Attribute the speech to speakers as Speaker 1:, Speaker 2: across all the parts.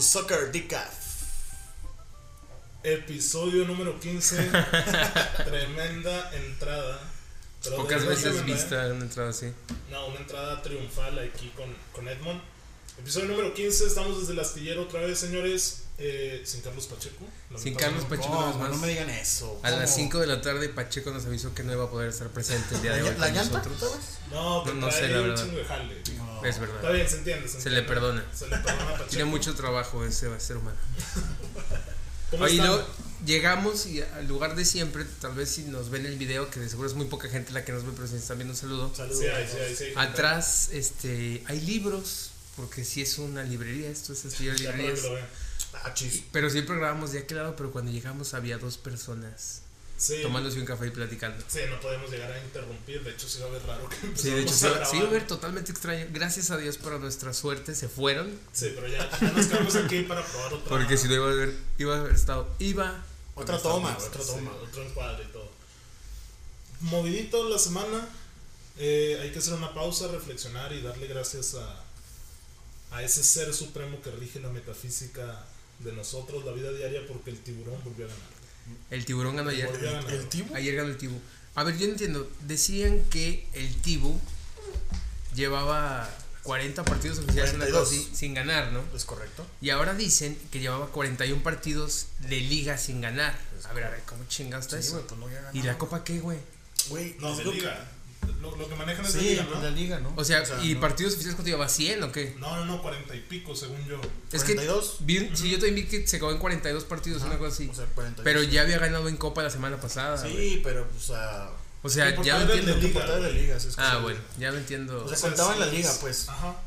Speaker 1: Soccer Decaf.
Speaker 2: Episodio número 15. Tremenda entrada. Pero
Speaker 3: Pocas
Speaker 2: de verdad,
Speaker 3: veces
Speaker 2: tremenda,
Speaker 3: vista una entrada así.
Speaker 2: ¿eh? No, una entrada triunfal aquí con, con Edmond. Episodio número 15. Estamos desde el astillero otra vez, señores. Eh, sin Carlos Pacheco.
Speaker 3: Sin
Speaker 2: lamentablemente.
Speaker 3: Carlos Pacheco una vez
Speaker 1: ¿Cómo?
Speaker 3: más.
Speaker 1: No me digan eso.
Speaker 3: A las
Speaker 1: ¿Cómo?
Speaker 3: 5 de la tarde Pacheco nos avisó que no iba a poder estar presente el día
Speaker 1: ¿La,
Speaker 3: de hoy
Speaker 1: ll- la
Speaker 3: con
Speaker 1: llanta?
Speaker 3: nosotros.
Speaker 1: otra vez?
Speaker 2: No,
Speaker 3: No, no sé,
Speaker 2: sé,
Speaker 3: la
Speaker 2: un
Speaker 3: verdad.
Speaker 2: chingo de jale.
Speaker 1: No.
Speaker 3: Es
Speaker 2: Está
Speaker 3: verdad.
Speaker 2: bien, se entiende. Se,
Speaker 3: Se le
Speaker 2: entiende.
Speaker 3: perdona.
Speaker 2: Se le perdona a Pacheco.
Speaker 3: Tiene mucho trabajo ese ser humano.
Speaker 2: ¿Cómo
Speaker 3: Oye, y
Speaker 2: están?
Speaker 3: luego llegamos y al lugar de siempre, tal vez si nos ven el video, que de seguro es muy poca gente la que nos ve, pero si nos están viendo un saludo.
Speaker 1: Saludos.
Speaker 2: Sí, ahí, sí, ahí, sí.
Speaker 3: Atrás este, hay libros, porque si es una librería, esto es así,
Speaker 2: Ya para que
Speaker 3: librerías.
Speaker 2: lo vean.
Speaker 1: Ah, chis.
Speaker 3: Pero siempre grabamos de aquel lado, pero cuando llegamos había dos personas
Speaker 2: Sí.
Speaker 3: tomándose un café y platicando.
Speaker 2: Sí, no podemos llegar a interrumpir. De hecho, sí va a ver raro que empezamos
Speaker 3: Sí, de hecho,
Speaker 2: a
Speaker 3: sí,
Speaker 2: grabar.
Speaker 3: sí, Uber, totalmente extraño. Gracias a Dios, para nuestra suerte, se fueron.
Speaker 2: Sí, pero ya, ya nos quedamos aquí para probar otra.
Speaker 3: Porque si no iba a haber, iba a haber estado, iba.
Speaker 1: Otra
Speaker 3: Otra
Speaker 1: toma.
Speaker 2: otro,
Speaker 1: Otra toma.
Speaker 2: otro encuadre y todo. Movidito la semana. eh, hay que hacer una pausa, reflexionar y darle gracias a, a ese ser supremo que rige la metafísica de nosotros, la vida diaria, porque el tiburón volvió a ganar.
Speaker 3: El tiburón ganó ayer.
Speaker 2: Volvió a ganar.
Speaker 1: ¿El tipo?
Speaker 3: Ayer ganó el Tibu. A ver, yo no entiendo. Decían que el Tibu llevaba 40 partidos oficiales una cosa
Speaker 1: 42.
Speaker 3: así, sin ganar, ¿no?
Speaker 1: ¿Es correcto?
Speaker 3: Y ahora dicen que llevaba 41 partidos de liga sin ganar. A ver, a ver, ¿cómo chingados está
Speaker 1: Sí,
Speaker 3: eso?
Speaker 1: güey, pues no había ganado.
Speaker 3: ¿Y la copa qué, güey?
Speaker 1: Güey,
Speaker 2: No,
Speaker 1: es
Speaker 2: de
Speaker 1: lo
Speaker 2: liga. Lo, lo que
Speaker 1: que-
Speaker 2: manejan es de
Speaker 1: Sí,
Speaker 2: liga,
Speaker 1: pues de
Speaker 2: ¿no?
Speaker 1: liga, ¿no?
Speaker 3: O sea, ¿y
Speaker 1: no.
Speaker 3: partidos oficiales cuánto llevaba? ¿100 o qué?
Speaker 2: No, no, no, cuarenta y pico, según yo.
Speaker 3: Es que
Speaker 1: 42.
Speaker 3: vi un- sí, yo también vi que se acabó en 42 partidos, una cosa así.
Speaker 1: O sea, 42.
Speaker 3: pero ya había ganado en copa la semana pasada. güey.
Speaker 1: Sí, pero, pues, ah,
Speaker 3: O sea,
Speaker 2: Por
Speaker 3: ya lo
Speaker 2: parte del
Speaker 3: entiendo.
Speaker 2: liga,
Speaker 1: portada de
Speaker 2: güey.
Speaker 1: liga, sí, es
Speaker 3: Ah,
Speaker 1: cosa-
Speaker 3: bueno, ya lo entiendo.
Speaker 1: O sea, contaba en la
Speaker 2: sí,
Speaker 1: liga,
Speaker 2: es-
Speaker 1: pues.
Speaker 2: Ajá.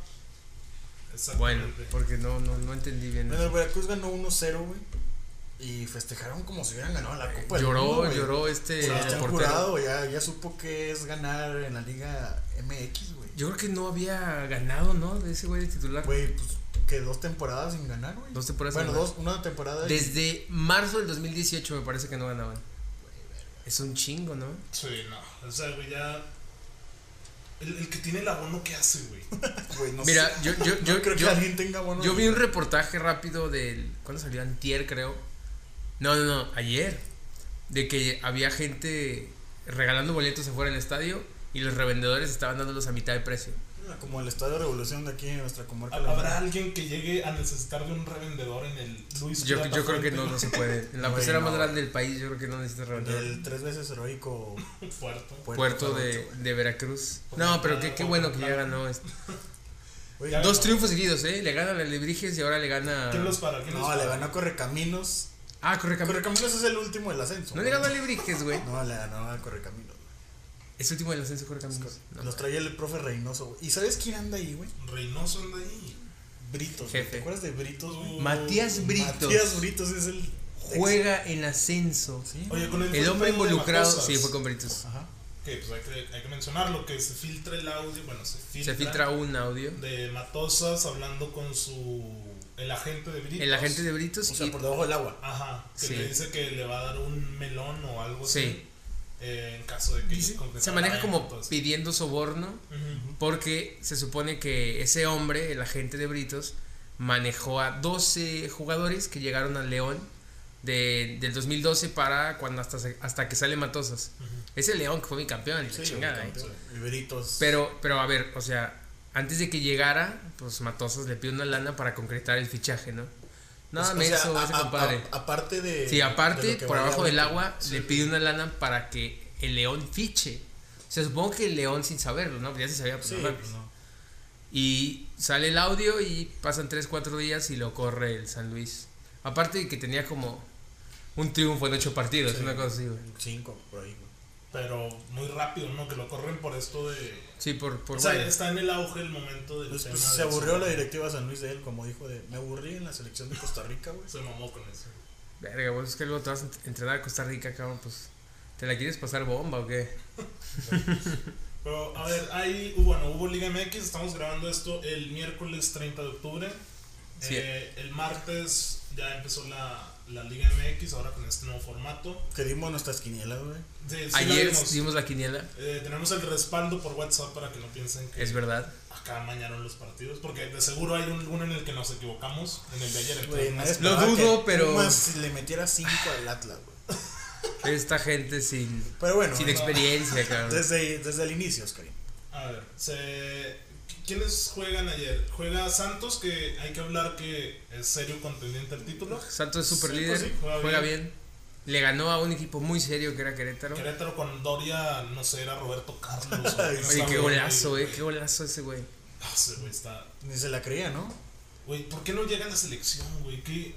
Speaker 2: Exactamente.
Speaker 3: Bueno, porque no, no, no entendí bien.
Speaker 1: Bueno, el
Speaker 3: eso.
Speaker 1: Veracruz ganó 1-0, güey. Y festejaron como si hubieran ganado la Copa del Mundo,
Speaker 3: Lloró,
Speaker 1: pues, güey.
Speaker 3: lloró este
Speaker 1: Sebastián
Speaker 3: portero.
Speaker 1: Jurado ya, ya supo que es ganar en la Liga MX, güey.
Speaker 3: Yo creo que no había ganado, ¿no? De ese güey de titular.
Speaker 1: Güey, pues que dos temporadas sin ganar, güey.
Speaker 3: Dos temporadas
Speaker 1: Bueno,
Speaker 3: sin
Speaker 1: dos, una temporada. y-
Speaker 3: Desde marzo del 2018 me parece que no ganaban. Es un chingo, ¿no?
Speaker 2: Sí, no. O sea, güey, ya. El, el que tiene el abono, ¿qué hace, güey?
Speaker 1: Güey, no
Speaker 3: Mira,
Speaker 1: sé.
Speaker 3: yo, yo, yo,
Speaker 1: No creo
Speaker 3: yo-
Speaker 1: que alguien tenga bueno.
Speaker 3: yo vi un reportaje rápido del. ¿Cuándo salió? Antier, creo. No, no, no, ayer. De que había gente regalando boletos afuera del estadio y los revendedores estaban dándolos a mitad de precio.
Speaker 1: Como el Estadio Revolución de aquí en nuestra comarca.
Speaker 2: ¿Habrá alguien que llegue a necesitar de un revendedor en el Luis
Speaker 3: Yo,
Speaker 2: Plata
Speaker 3: yo creo que
Speaker 2: Fuente?
Speaker 3: no, no se puede. En la
Speaker 1: Güey,
Speaker 3: pecera
Speaker 1: no.
Speaker 3: más grande del país, yo creo que no necesitas revendedor.
Speaker 1: Del tres veces heroico
Speaker 2: Puerto.
Speaker 3: Puerto de,
Speaker 1: Jarocho,
Speaker 3: de Veracruz.
Speaker 2: Por
Speaker 3: No,
Speaker 2: la
Speaker 3: pero
Speaker 2: entrada,
Speaker 3: qué, qué
Speaker 2: por
Speaker 3: bueno
Speaker 2: la
Speaker 3: que ya
Speaker 2: entrada.
Speaker 3: ganó. esto.
Speaker 1: güey.
Speaker 2: Ya-
Speaker 3: Dos triunfos seguidos, ¿eh? Le gana a Lebrijes y ahora le gana.
Speaker 2: ¿Quién los para? ¿Quién los
Speaker 1: No,
Speaker 2: para?
Speaker 1: le ganó a Correcaminos.
Speaker 3: Ah, corre campeón.
Speaker 1: Correcaminos es el último del ascenso.
Speaker 3: No le
Speaker 1: güey.
Speaker 3: ganó a Lebrijes, güey.
Speaker 1: No, le ganó a Correcaminos.
Speaker 3: Es último del ascenso, corre campeón. No.
Speaker 1: Los traía el profe Reynoso, güey. ¿Y sabes quién anda ahí, güey?
Speaker 2: Reynoso anda ahí.
Speaker 1: Britos. güey.
Speaker 3: Jefe.
Speaker 1: ¿Te acuerdas de Britos, güey?
Speaker 3: Matías Britos.
Speaker 1: Matías Britos es el.
Speaker 3: Juega en ascenso.
Speaker 1: Sí.
Speaker 2: Oye, con el.
Speaker 3: El hombre
Speaker 2: filtro de
Speaker 3: involucrado.
Speaker 2: Matosas.
Speaker 3: Sí, fue con Britos.
Speaker 1: Ajá.
Speaker 2: Que pues hay que, hay que mencionarlo, que se filtra el audio. Bueno, se filtra.
Speaker 3: Se filtra un audio.
Speaker 2: De Matosas hablando con su. El agente de Britos.
Speaker 3: El agente de Britos.
Speaker 1: O sea,
Speaker 3: y-
Speaker 1: por debajo del agua.
Speaker 2: Ajá. Que
Speaker 3: Sí.
Speaker 2: le dice que le va a dar un melón o algo así.
Speaker 3: Sí.
Speaker 2: eh, en caso de que.
Speaker 3: Se
Speaker 2: concretara
Speaker 3: maneja
Speaker 2: algo,
Speaker 3: como
Speaker 2: entonces.
Speaker 3: pidiendo soborno.
Speaker 2: Ujú.
Speaker 3: Porque se supone que ese hombre, el agente de Britos, manejó a 12 jugadores que llegaron al León de- del 2012 para cuando hasta, se- hasta que sale Matosas. Ese León que fue mi campeón, la chingada. ¿eh?
Speaker 1: campeón. Y Britos.
Speaker 3: Pero, pero a ver, o sea, antes de que llegara, pues Matosas le pide una lana para concretar el fichaje, ¿no? Nada
Speaker 1: O sea,
Speaker 3: menos
Speaker 1: a-
Speaker 3: ese
Speaker 1: a-
Speaker 3: compadre.
Speaker 1: a- aparte de.
Speaker 3: Sí,
Speaker 1: eh, de
Speaker 3: aparte,
Speaker 1: lo que
Speaker 3: por
Speaker 1: valía
Speaker 3: abajo del
Speaker 1: Britos.
Speaker 3: agua,
Speaker 1: Sí.
Speaker 3: le pide una lana para que el León fiche. O sea, supongo que el León sin saberlo, ¿no? Ya se sabía, pues,
Speaker 1: Sí,
Speaker 3: no mames.
Speaker 1: pues no.
Speaker 3: Y sale el audio y pasan 3, 4 días y lo corre el San Luis. Aparte de que tenía como un triunfo en 8 partidos,
Speaker 1: Sí.
Speaker 3: una cosa así, güey.
Speaker 1: Cinco, por ahí, güey.
Speaker 2: Pero muy rápido, ¿no? Que lo corren por esto de.
Speaker 3: Sí, por, por
Speaker 2: O sea,
Speaker 3: bueno.
Speaker 2: está en el auge el momento del.
Speaker 1: Pues,
Speaker 2: tema
Speaker 1: pues,
Speaker 2: de
Speaker 1: se aburrió
Speaker 2: eso.
Speaker 1: la directiva de San Luis de él, como dijo de. Me aburrí en la selección de Costa Rica, güey.
Speaker 2: Se mamó con eso.
Speaker 3: Verga, güey, es que luego te vas a ent- entrenar a Costa Rica, cabrón, pues. ¿Te la quieres pasar bomba o qué?
Speaker 2: Pero, uh, a ver, ahí, bueno, hubo Liga MX, estamos grabando esto el miércoles 30 de octubre.
Speaker 3: Sí.
Speaker 2: Eh, el martes ya empezó la, la Liga MX, ahora con este nuevo formato.
Speaker 1: Que dimos nuestras quinielas, güey.
Speaker 2: Sí, sí la
Speaker 3: Ayer
Speaker 2: vimos.
Speaker 3: dimos la quiniela,
Speaker 2: Eh, tenemos el respaldo por WhatsApp para que no piensen que
Speaker 3: es verdad.
Speaker 2: acá mañaron los partidos, porque de seguro hay alguno en el que nos equivocamos, en el de ayer.
Speaker 1: Güey,
Speaker 2: entonces,
Speaker 1: no
Speaker 2: más-
Speaker 1: esperaba que
Speaker 3: dudo, pero-
Speaker 1: Pumas si le metiera 5 al Atlas, güey.
Speaker 3: Esta gente sin,
Speaker 1: Pero bueno,
Speaker 3: sin
Speaker 1: no.
Speaker 3: experiencia, cabrón.
Speaker 1: desde, desde el inicio, Oscarín.
Speaker 2: A ver, se- ¿quiénes juegan ayer? Juega Santos, que hay que hablar que es serio contendiente al título.
Speaker 3: Santos es super líder,
Speaker 2: Santos sí, juega
Speaker 3: juega bien. Le ganó a un equipo muy serio que era Querétaro.
Speaker 2: Querétaro con Doria, no sé, era Roberto Carlos. o-
Speaker 1: Ay,
Speaker 2: no
Speaker 3: Oye,
Speaker 2: está
Speaker 3: qué
Speaker 2: muy-
Speaker 3: golazo, eh, qué golazo ese güey.
Speaker 2: Ah, ese güey está-
Speaker 1: Ni se la creía, ¿no?
Speaker 2: Güey, ¿por qué no llega a la selección, güey? ¿Qué?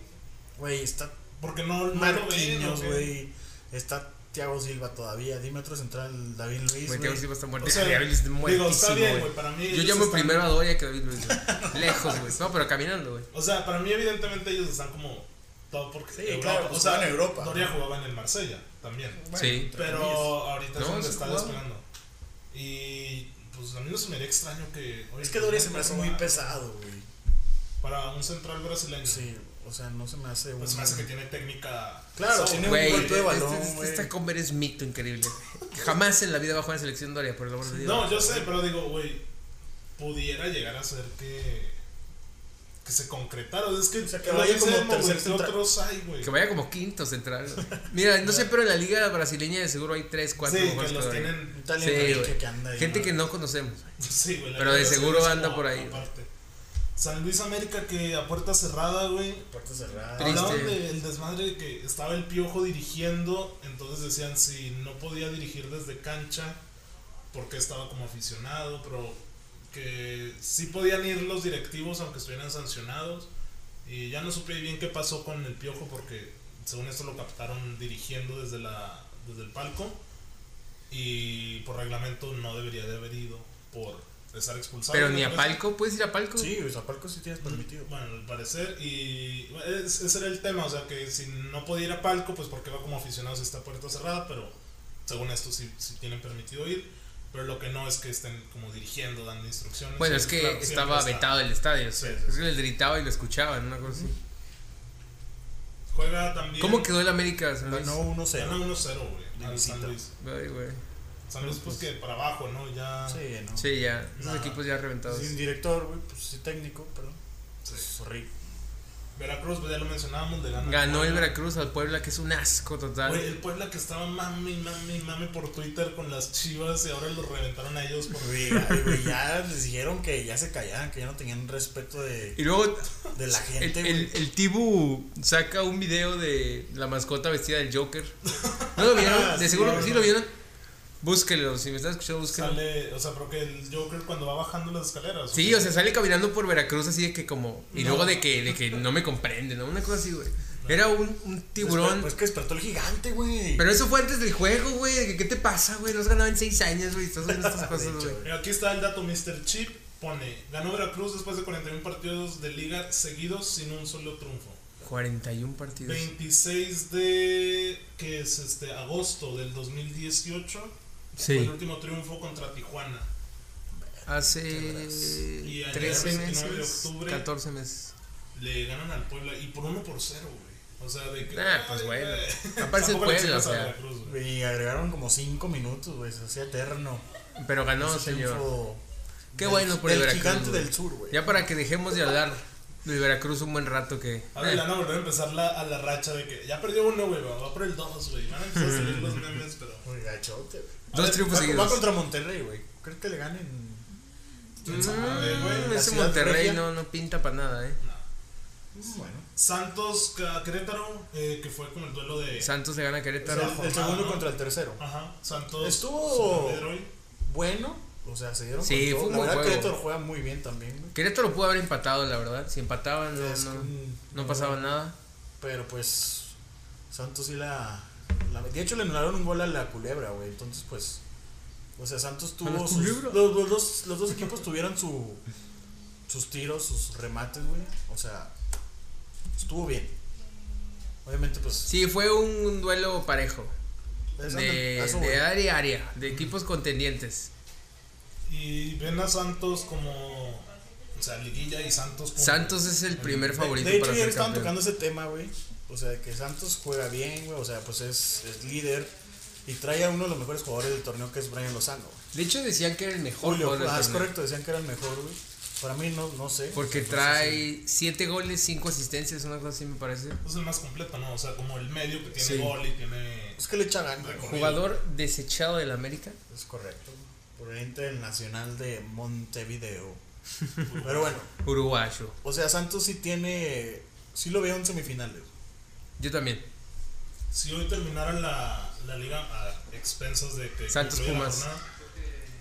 Speaker 1: Güey, está
Speaker 2: ¿Por qué no, no lo ven,
Speaker 1: Marquinhos,
Speaker 2: o qué?
Speaker 1: güey. Está Thiago Silva todavía. Dime otro central, David Luis.
Speaker 3: Güey,
Speaker 1: güey.
Speaker 3: Thiago Silva está muerto.
Speaker 2: O sea,
Speaker 3: Gabriel está
Speaker 2: digo, está
Speaker 3: muertísimo,
Speaker 2: bien,
Speaker 3: güey.
Speaker 2: güey, para mí
Speaker 3: Yo
Speaker 2: ellos
Speaker 3: llamo
Speaker 2: están-
Speaker 3: primero a Doria que a David Luis. güey. Lejos, güey. No, pero caminando, güey.
Speaker 2: O sea, para mí evidentemente ellos están como todo porque
Speaker 1: Sí, claro, pues,
Speaker 2: o sea,
Speaker 1: estaba en Europa.
Speaker 2: Doria jugaba en el Marsella también.
Speaker 1: Bueno,
Speaker 3: Sí.
Speaker 1: entre
Speaker 2: Pero
Speaker 1: comillas.
Speaker 2: ahorita es
Speaker 3: No,
Speaker 2: donde
Speaker 3: sí
Speaker 2: está
Speaker 3: jugaba.
Speaker 2: despegando. Y pues a mí no se me haría extraño que oye,
Speaker 1: Es que Doria
Speaker 2: pues,
Speaker 1: se me
Speaker 2: no
Speaker 1: hace
Speaker 2: roba-
Speaker 1: muy pesado, güey.
Speaker 2: para un central brasileño.
Speaker 1: Sí, o sea, no se me hace un.
Speaker 2: Pues se me hace que tiene técnica.
Speaker 1: Claro,
Speaker 2: Sí,
Speaker 1: tiene un
Speaker 3: Güey,
Speaker 1: golpe de balón,
Speaker 3: este- este-
Speaker 1: güey.
Speaker 3: esta Comber es mito increíble. Jamás en la vida va a jugar en selección Doria, por el amor de Dios.
Speaker 2: No, yo sé, pero digo, güey, pudiera llegar a ser que que se concretara, o sea, es que,
Speaker 1: sea, que vaya como
Speaker 2: Anselmo, güey,
Speaker 1: tercer
Speaker 2: ¿qué
Speaker 1: central.
Speaker 2: otros hay, güey.
Speaker 3: Que vaya como quinto central. güey. Mira, no sé, pero en la liga brasileña de seguro hay tres, cuatro
Speaker 2: Sí,
Speaker 3: mejores
Speaker 2: que los
Speaker 3: jugadores.
Speaker 2: tienen.
Speaker 1: Tal
Speaker 3: Sí,
Speaker 1: Enrique
Speaker 3: güey.
Speaker 1: que anda ahí,
Speaker 3: Gente
Speaker 1: ¿no?
Speaker 3: que no conocemos.
Speaker 2: Sí, güey, la
Speaker 3: Pero de
Speaker 2: neta,
Speaker 3: seguro
Speaker 2: es como
Speaker 3: anda por ahí.
Speaker 2: aparte. San Luis América que a puerta cerrada, güey.
Speaker 1: Puerta cerrada.
Speaker 3: Triste.
Speaker 2: Hablaban del desmadre de que estaba el piojo dirigiendo, entonces decían si no podía dirigir desde cancha, porque estaba como aficionado, pero que sí podían ir los directivos aunque estuvieran sancionados. Y ya no supe bien qué pasó con el piojo porque según esto lo captaron dirigiendo desde la desde el palco y por reglamento no debería de haber ido por estar expulsado.
Speaker 3: Pero
Speaker 2: Me
Speaker 3: ni a
Speaker 2: parece.
Speaker 3: Palco, ¿puedes ir a Palco?
Speaker 1: Sí, güey, Zapalco sí
Speaker 3: Mm.
Speaker 1: tienes permitido.
Speaker 2: Bueno, al parecer, y bueno, es- ese era el tema, o sea, que si no podía ir a palco, pues porque va como aficionado si está puerta cerrada, pero según esto sí, sí tienen permitido ir, pero lo que no es que estén como dirigiendo, dando instrucciones.
Speaker 3: Bueno,
Speaker 2: y
Speaker 3: Pues es que
Speaker 2: claro, siempre
Speaker 3: estaba
Speaker 2: está.
Speaker 3: vetado del estadio.
Speaker 2: Sí, sí,
Speaker 3: Es que les gritaba y lo escuchaban, una cosa así.
Speaker 2: Juega también.
Speaker 3: ¿Cómo quedó el América? San Luis?
Speaker 1: Ganó 1-0.
Speaker 2: Gana 1-0, güey, al San
Speaker 1: Visita.
Speaker 2: Luis.
Speaker 3: Ay, güey.
Speaker 2: San Luis, pues que para abajo, ¿no? Ya.
Speaker 1: Sí, no.
Speaker 3: Sí, ya. Esos
Speaker 2: Nah.
Speaker 3: equipos ya reventados.
Speaker 1: Sin director, güey, pues sí técnico, perdón. Pues,
Speaker 2: Sí.
Speaker 1: Sorry.
Speaker 2: Veracruz, pues ya lo mencionábamos, le ganó.
Speaker 3: Ganó el
Speaker 2: Puebla.
Speaker 3: Veracruz al Puebla, que es un asco total.
Speaker 2: Güey, el Puebla que estaba mami, mami, mami por Twitter con las chivas y ahora los reventaron a ellos por
Speaker 1: Güey, ay, güey, ya les dijeron que ya se callaban, que ya no tenían respeto de,
Speaker 3: Y luego
Speaker 1: de la
Speaker 3: el,
Speaker 1: gente, güey.
Speaker 3: el, el Tibu saca un video de la mascota vestida del Joker. ¿No lo vieron? De
Speaker 1: Sí,
Speaker 3: seguro
Speaker 1: no,
Speaker 3: sí
Speaker 1: no.
Speaker 3: lo vieron. Búsquenlo, si me estás escuchando, búsquenlo.
Speaker 2: Sale, o sea, pero que el Joker cuando va bajando las escaleras.
Speaker 3: Sí, o sea, sale caminando por Veracruz así de que como... Y
Speaker 2: No.
Speaker 3: luego de que, de que no me comprende, ¿no? Una cosa así, güey. Era un, un tiburón.
Speaker 1: Pues que despertó el gigante, güey.
Speaker 3: Pero eso fue antes del juego, güey. de que, ¿Qué te pasa, güey? No has ganado en seis años, güey. Estás haciendo estas
Speaker 1: De
Speaker 3: cosas,
Speaker 1: hecho,
Speaker 3: güey.
Speaker 1: güey.
Speaker 2: Mira, Aquí está el dato, Mr. Chip pone, ganó Veracruz después de 41 partidos de liga seguidos sin un solo triunfo.
Speaker 3: 41 partidos.
Speaker 2: 26 de, que es este, agosto del 2018, fue el
Speaker 3: Sí.
Speaker 2: último triunfo contra Tijuana. Y
Speaker 3: Hace
Speaker 2: ayer,
Speaker 3: 13
Speaker 2: 29 de
Speaker 3: meses.
Speaker 2: octubre.
Speaker 3: 14 meses.
Speaker 2: Le ganan al Puebla y por 1 por 0, güey. O sea, de que...
Speaker 3: Ah, pues
Speaker 2: ay,
Speaker 3: bueno.
Speaker 2: güey.
Speaker 3: Aparte el
Speaker 2: Tampoco le
Speaker 3: Puebla, o
Speaker 2: exigas a
Speaker 3: sea. Eh.
Speaker 2: Veracruz, güey.
Speaker 1: Y agregaron como 5 minutos, güey, se hacía eterno.
Speaker 3: Pero ganó,
Speaker 1: Ese
Speaker 3: señor.
Speaker 1: triunfo
Speaker 3: Qué
Speaker 1: del-
Speaker 3: bueno por el
Speaker 1: del
Speaker 3: Veracruz,
Speaker 1: gigante
Speaker 3: güey.
Speaker 1: del sur, güey.
Speaker 3: Ya para que dejemos de hablar de Veracruz un buen rato que...
Speaker 2: A ver,
Speaker 3: eh,
Speaker 2: ya no volver a empezar la, a la racha de que ya perdió uno, güey, va por el 2, güey. Van a empezar a salir los memes, pero...
Speaker 1: Muy gachote, güey.
Speaker 3: Dos
Speaker 1: A ver,
Speaker 3: triunfos
Speaker 1: va- Va
Speaker 3: seguidos.
Speaker 1: contra Monterrey, güey. ¿Crees que le ganen?
Speaker 2: ¿Quién sabe, güey?
Speaker 3: mm,
Speaker 1: la
Speaker 3: ese
Speaker 1: ciudad
Speaker 3: Monterrey
Speaker 1: regia.
Speaker 3: no, no pinta para nada, ¿eh?
Speaker 2: No.
Speaker 1: Mm, Bueno.
Speaker 2: Santos ca- Querétaro, eh, que fue como el duelo de.
Speaker 3: Santos le gana a Querétaro.
Speaker 2: Pero-
Speaker 1: El, el segundo
Speaker 3: Ah.
Speaker 1: contra el tercero.
Speaker 2: Ajá, Santos.
Speaker 1: Estuvo-
Speaker 2: San Pedro y-
Speaker 1: Bueno, o sea, se dieron
Speaker 3: Sí,
Speaker 1: con
Speaker 3: fue
Speaker 1: todo.
Speaker 3: un
Speaker 1: La
Speaker 3: buen
Speaker 1: verdad,
Speaker 3: juego.
Speaker 1: Querétaro juega muy bien también, güey.
Speaker 3: Querétaro pudo haber empatado, la verdad. Si empataban, no,
Speaker 1: Es que,
Speaker 3: no,
Speaker 1: mm,
Speaker 3: no pasaba nada.
Speaker 1: Pero pues Santos sí la, la- De hecho le anularon un gol a la culebra, güey. Entonces pues... O sea, Santos
Speaker 3: ¿A la
Speaker 1: tuvo... sus-
Speaker 3: culebra?
Speaker 1: los, los dos, los dos equipos tuvieron su, sus tiros, sus remates, güey. O sea, estuvo bien. Obviamente pues...
Speaker 3: Sí, fue un, un duelo parejo.
Speaker 1: es donde- a
Speaker 3: De,
Speaker 1: eso voy.
Speaker 3: de área y área, de equipos contendientes.
Speaker 2: Y ven a Santos como O sea, Liguilla y Santos. como-
Speaker 3: Santos es el primer favorito
Speaker 1: de hecho,
Speaker 3: para
Speaker 1: ya
Speaker 3: ser
Speaker 1: estaban
Speaker 3: campeón.
Speaker 1: tocando ese tema, güey. O sea, de que Santos juega bien, güey. O sea, pues es, es líder. Y trae a uno de los mejores jugadores del torneo, que es Brian Lozano. güey.
Speaker 3: De hecho, decían que era el mejor
Speaker 1: Julio,
Speaker 3: jugador del
Speaker 1: ah, es
Speaker 3: torneo,
Speaker 1: correcto, decían que era el mejor, güey. Para mí no, no sé.
Speaker 3: Porque
Speaker 1: O sea,
Speaker 3: trae 7 goles, 5 asistencias, una cosa así me parece.
Speaker 2: Es el más completo, ¿no? O sea, como el medio que tiene
Speaker 3: Sí.
Speaker 2: gol y tiene.
Speaker 1: Es que le echa ganas. güey.
Speaker 3: Jugador desechado del América.
Speaker 1: Es correcto. Proveniente del Nacional de Montevideo. Pero bueno,
Speaker 3: Uruguayo.
Speaker 1: o sea, Santos sí tiene. Sí lo veo en semifinales.
Speaker 3: Yo también.
Speaker 2: Si hoy terminara la, la liga a expensas de que.
Speaker 3: Santos
Speaker 2: concluya la
Speaker 3: Pumas.
Speaker 2: jornada,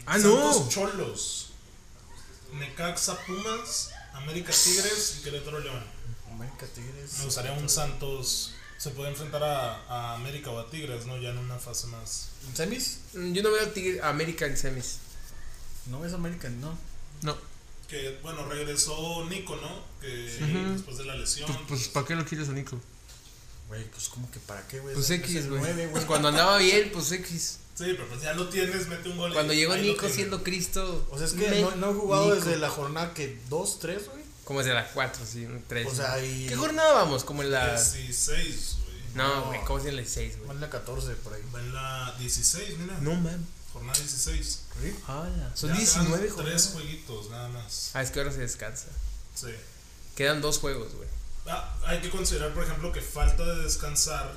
Speaker 3: ¡Ah,
Speaker 2: Santos
Speaker 3: no!
Speaker 2: Cholos, Necaxa Pumas, América Tigres y Querétaro León.
Speaker 1: América Tigres.
Speaker 2: Me gustaría un Santos. Se puede enfrentar a, a América o a Tigres, ¿no? Ya en una fase más.
Speaker 1: ¿En semis?
Speaker 3: Mm, Yo no veo a Tigre- a América en semis.
Speaker 1: No es América, no.
Speaker 3: No.
Speaker 2: Que bueno, regresó Nico, ¿no? Que
Speaker 3: Ujú.
Speaker 2: después de la lesión.
Speaker 3: pues, ¿para qué lo quieres a Nico?
Speaker 1: Güey, pues como que para qué, güey.
Speaker 3: Pues
Speaker 1: Es el
Speaker 3: X, güey.
Speaker 1: nueve,
Speaker 3: Pues cuando andaba bien, pues X.
Speaker 2: Sí, pero pues ya lo tienes, mete un gol. y
Speaker 3: Cuando llegó
Speaker 2: ahí lo
Speaker 3: Nico
Speaker 2: tienes.
Speaker 3: siendo Cristo.
Speaker 1: O sea, es que
Speaker 3: me-
Speaker 1: no, no he jugado
Speaker 3: Nico.
Speaker 1: desde la jornada que 2, 3, güey.
Speaker 3: Como desde la 4, sí, 3.
Speaker 1: O sea, y.
Speaker 3: ¿Qué jornada vamos? Como en la.
Speaker 2: 16, güey.
Speaker 3: No, güey, como si en la 6,
Speaker 1: Fue
Speaker 3: güey.
Speaker 1: en la 14 por ahí.
Speaker 2: Va en la 16, mira.
Speaker 3: No, man.
Speaker 2: Jornada 16.
Speaker 3: Hola. Son
Speaker 2: Ya quedan
Speaker 3: 19
Speaker 2: Tres
Speaker 3: jornadas.
Speaker 2: jueguitos, nada más.
Speaker 3: Ah, es que ahora se descansa.
Speaker 2: Sí.
Speaker 3: Quedan dos juegos, güey.
Speaker 2: Ah, hay que considerar, por ejemplo, que falta de descansar.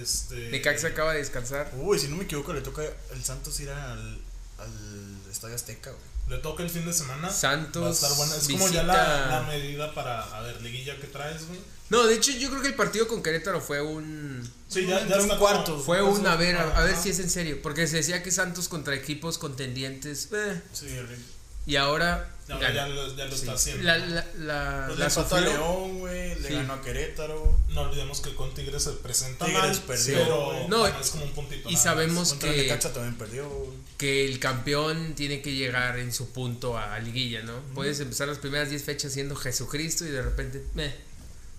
Speaker 2: Este.
Speaker 3: Necaxa acaba de descansar.
Speaker 1: Uy, si no me equivoco, le toca el Santos ir al, al Estadio Azteca, güey.
Speaker 2: Le toca el fin de semana.
Speaker 3: Santos.
Speaker 2: Va a estar buena. Es como ya
Speaker 3: visita-
Speaker 2: la, la medida para. A ver, liguilla que traes, güey.
Speaker 3: No, de hecho, yo creo que el partido con Querétaro fue un.
Speaker 2: Sí, ya,
Speaker 1: Entre un
Speaker 2: ya está
Speaker 1: cuarto.
Speaker 2: como-
Speaker 3: Fue un. A ver, a, a ver
Speaker 2: Pues, Ajá.
Speaker 3: si es en serio. Porque se decía que Santos contra equipos contendientes. eh,
Speaker 1: Sí, Rick.
Speaker 3: y ahora.
Speaker 2: Ahora ya
Speaker 3: gana.
Speaker 2: lo, ya lo
Speaker 3: Sí.
Speaker 2: está haciendo.
Speaker 3: La, la, la,
Speaker 1: Pues le
Speaker 3: la
Speaker 1: empató a
Speaker 3: sufrió.
Speaker 1: León, güey. Le
Speaker 3: Sí.
Speaker 1: ganó a Querétaro.
Speaker 2: No olvidemos que con Tigres se presenta
Speaker 1: Tigres
Speaker 2: mal,
Speaker 1: perdió,
Speaker 2: pero
Speaker 3: No,
Speaker 2: es como un puntito.
Speaker 3: Y
Speaker 2: nada más.
Speaker 3: sabemos
Speaker 1: Contra el
Speaker 3: que,
Speaker 1: Necaxa también perdió, güey.
Speaker 3: que el campeón tiene que llegar en su punto a liguilla, ¿no? Puedes empezar las primeras 10 fechas siendo Jesucristo y de repente, meh,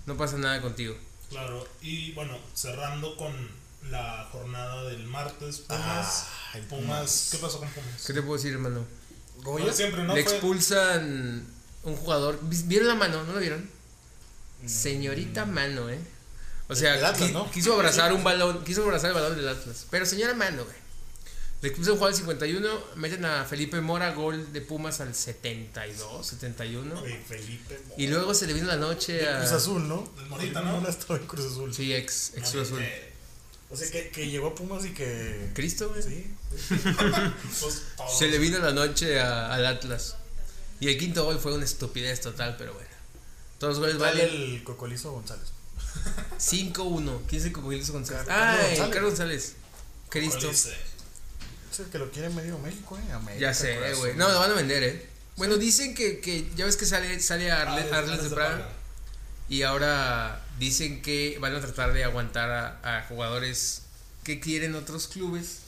Speaker 3: no pasa nada contigo.
Speaker 2: Claro, y bueno, cerrando con la jornada del martes, Pumas.
Speaker 1: Ah, el
Speaker 2: Pumas, ¿qué pasó con Pumas?
Speaker 3: ¿Qué te puedo decir, hermano?
Speaker 1: Goya.
Speaker 2: Como siempre, ¿no?
Speaker 3: Le
Speaker 2: Fue-
Speaker 3: expulsan un jugador. ¿Vis- ¿Vieron la mano? ¿No la vieron? Señorita mano, ¿eh? O sea,
Speaker 1: El Atlas,
Speaker 3: qui-
Speaker 1: ¿no?
Speaker 3: quiso abrazar un balón, quiso abrazar el balón del Atlas. Pero señora mano, güey. Le expulsan un jugador al 51, meten a Felipe Mora, gol de Pumas al 72, 71.
Speaker 1: Güey, Felipe.
Speaker 3: Y luego se le vino la noche a...
Speaker 1: Cruz Azul, ¿no?
Speaker 2: Del Morita, ¿no?
Speaker 1: No estaba en Cruz Azul.
Speaker 3: Sí, ex, ex
Speaker 2: No,
Speaker 3: Cruz Azul.
Speaker 2: eh,
Speaker 1: O sea, que, que llegó a Pumas y que.
Speaker 3: Cristo, güey.
Speaker 1: Sí.
Speaker 2: pues, todos.
Speaker 3: Se le vino la noche a- al Atlas. Y el quinto gol fue una estupidez total, pero bueno. Todos los goles
Speaker 1: Vale
Speaker 3: valen
Speaker 1: el Cocolizo González.
Speaker 3: 5-1. ¿Quién es el Cocodrilos González?
Speaker 1: Car-
Speaker 3: Ah,
Speaker 1: Carlos
Speaker 3: el
Speaker 1: González.
Speaker 3: Carlos González.
Speaker 2: Como
Speaker 3: Cristo.
Speaker 2: dice,
Speaker 1: Es el que lo quiere medio México, ¿eh? América,
Speaker 3: Ya sé,
Speaker 1: Cruz
Speaker 3: güey.
Speaker 1: Azul.
Speaker 3: No, lo van a vender, ¿eh? Bueno, dicen que, que ya ves que sale, sale a Arles,
Speaker 2: Alex-
Speaker 3: Arles
Speaker 2: Alex
Speaker 3: de
Speaker 2: de
Speaker 3: Praga.
Speaker 2: Ah, Praga.
Speaker 3: Y ahora dicen que van a tratar de aguantar a, a jugadores que quieren otros clubes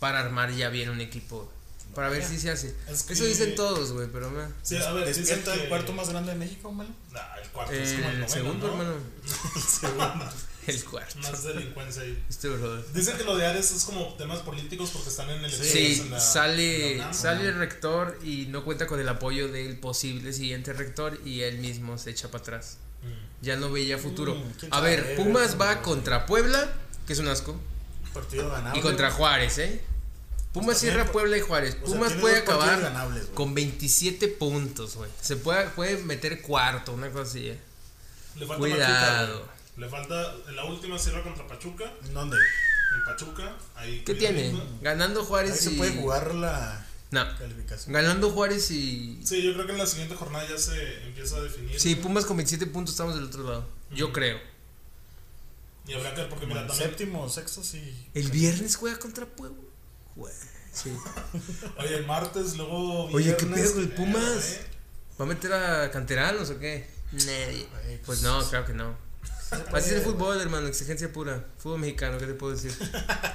Speaker 3: para armar ya bien un equipo. Para ver si se hace.
Speaker 2: Es que-
Speaker 3: Eso dicen todos, güey, pero no.
Speaker 2: Sí, a ver, dicen
Speaker 1: Despierta el
Speaker 2: que-
Speaker 1: cuarto más grande de México, ¿vale?
Speaker 2: Nah, el cuarto es
Speaker 3: El,
Speaker 2: como el noveno,
Speaker 3: Eh, segundo,
Speaker 2: ¿no?
Speaker 3: hermano.
Speaker 2: El segundo.
Speaker 3: El cuarto.
Speaker 2: Más delincuencia ahí.
Speaker 3: Este brother.
Speaker 2: Dicen que lo de Ares es como temas políticos porque están en el
Speaker 3: Sí,
Speaker 2: en la- en
Speaker 3: sale,
Speaker 2: la UNAM.
Speaker 3: sale el rector y no cuenta con el apoyo del posible siguiente rector y él mismo se echa para atrás.
Speaker 2: Mm.
Speaker 3: Ya no veía futuro.
Speaker 1: Mm, quién
Speaker 3: A
Speaker 1: sabe,
Speaker 3: ver, Pumas
Speaker 1: güey.
Speaker 3: va contra Puebla, que es un asco,
Speaker 1: Partido ganable.
Speaker 3: y contra Juárez, ¿eh? Pumas
Speaker 1: Pues también,
Speaker 3: cierra Puebla y Juárez.
Speaker 1: O sea,
Speaker 3: Pumas
Speaker 1: tiene
Speaker 3: puede
Speaker 1: dos partidos
Speaker 3: acabar
Speaker 1: ganables, güey.
Speaker 3: con 27 puntos, güey. Se puede, puede meter cuarto, una cosa así, ¿eh?
Speaker 2: Le falta
Speaker 3: Cuidado.
Speaker 2: Pachuca, güey. Le falta en la última cierra contra Pachuca.
Speaker 1: ¿En ¿Dónde?
Speaker 2: En Pachuca. Ahí
Speaker 3: ¿Qué
Speaker 2: cuidadito.
Speaker 3: tiene? Ganando Juárez
Speaker 1: Ahí se
Speaker 3: y...
Speaker 1: puede jugar la
Speaker 3: No.
Speaker 1: calificación.
Speaker 3: Ganando Juárez y...
Speaker 2: Sí, yo creo que en la siguiente jornada ya se empieza a definir.
Speaker 3: Sí, Pumas con 27 puntos estamos del otro lado. Yo creo.
Speaker 2: Y habrá que ver porque mira
Speaker 1: Bueno,
Speaker 2: también.
Speaker 1: séptimo, sexto, sí.
Speaker 3: El viernes juega contra Puebla. Güey, sí.
Speaker 2: Oye, el martes, luego.
Speaker 3: Oye, ¿qué
Speaker 2: viernes,
Speaker 3: pedo, el
Speaker 2: eh,
Speaker 3: Pumas?
Speaker 2: eh.
Speaker 3: ¿Va a meter a canteranos o qué? Nadie.
Speaker 1: Güey,
Speaker 3: Pues no, claro que no.
Speaker 1: se puede,
Speaker 3: Así es el
Speaker 1: güey.
Speaker 3: fútbol, hermano, exigencia pura. Fútbol mexicano, ¿qué te puedo decir?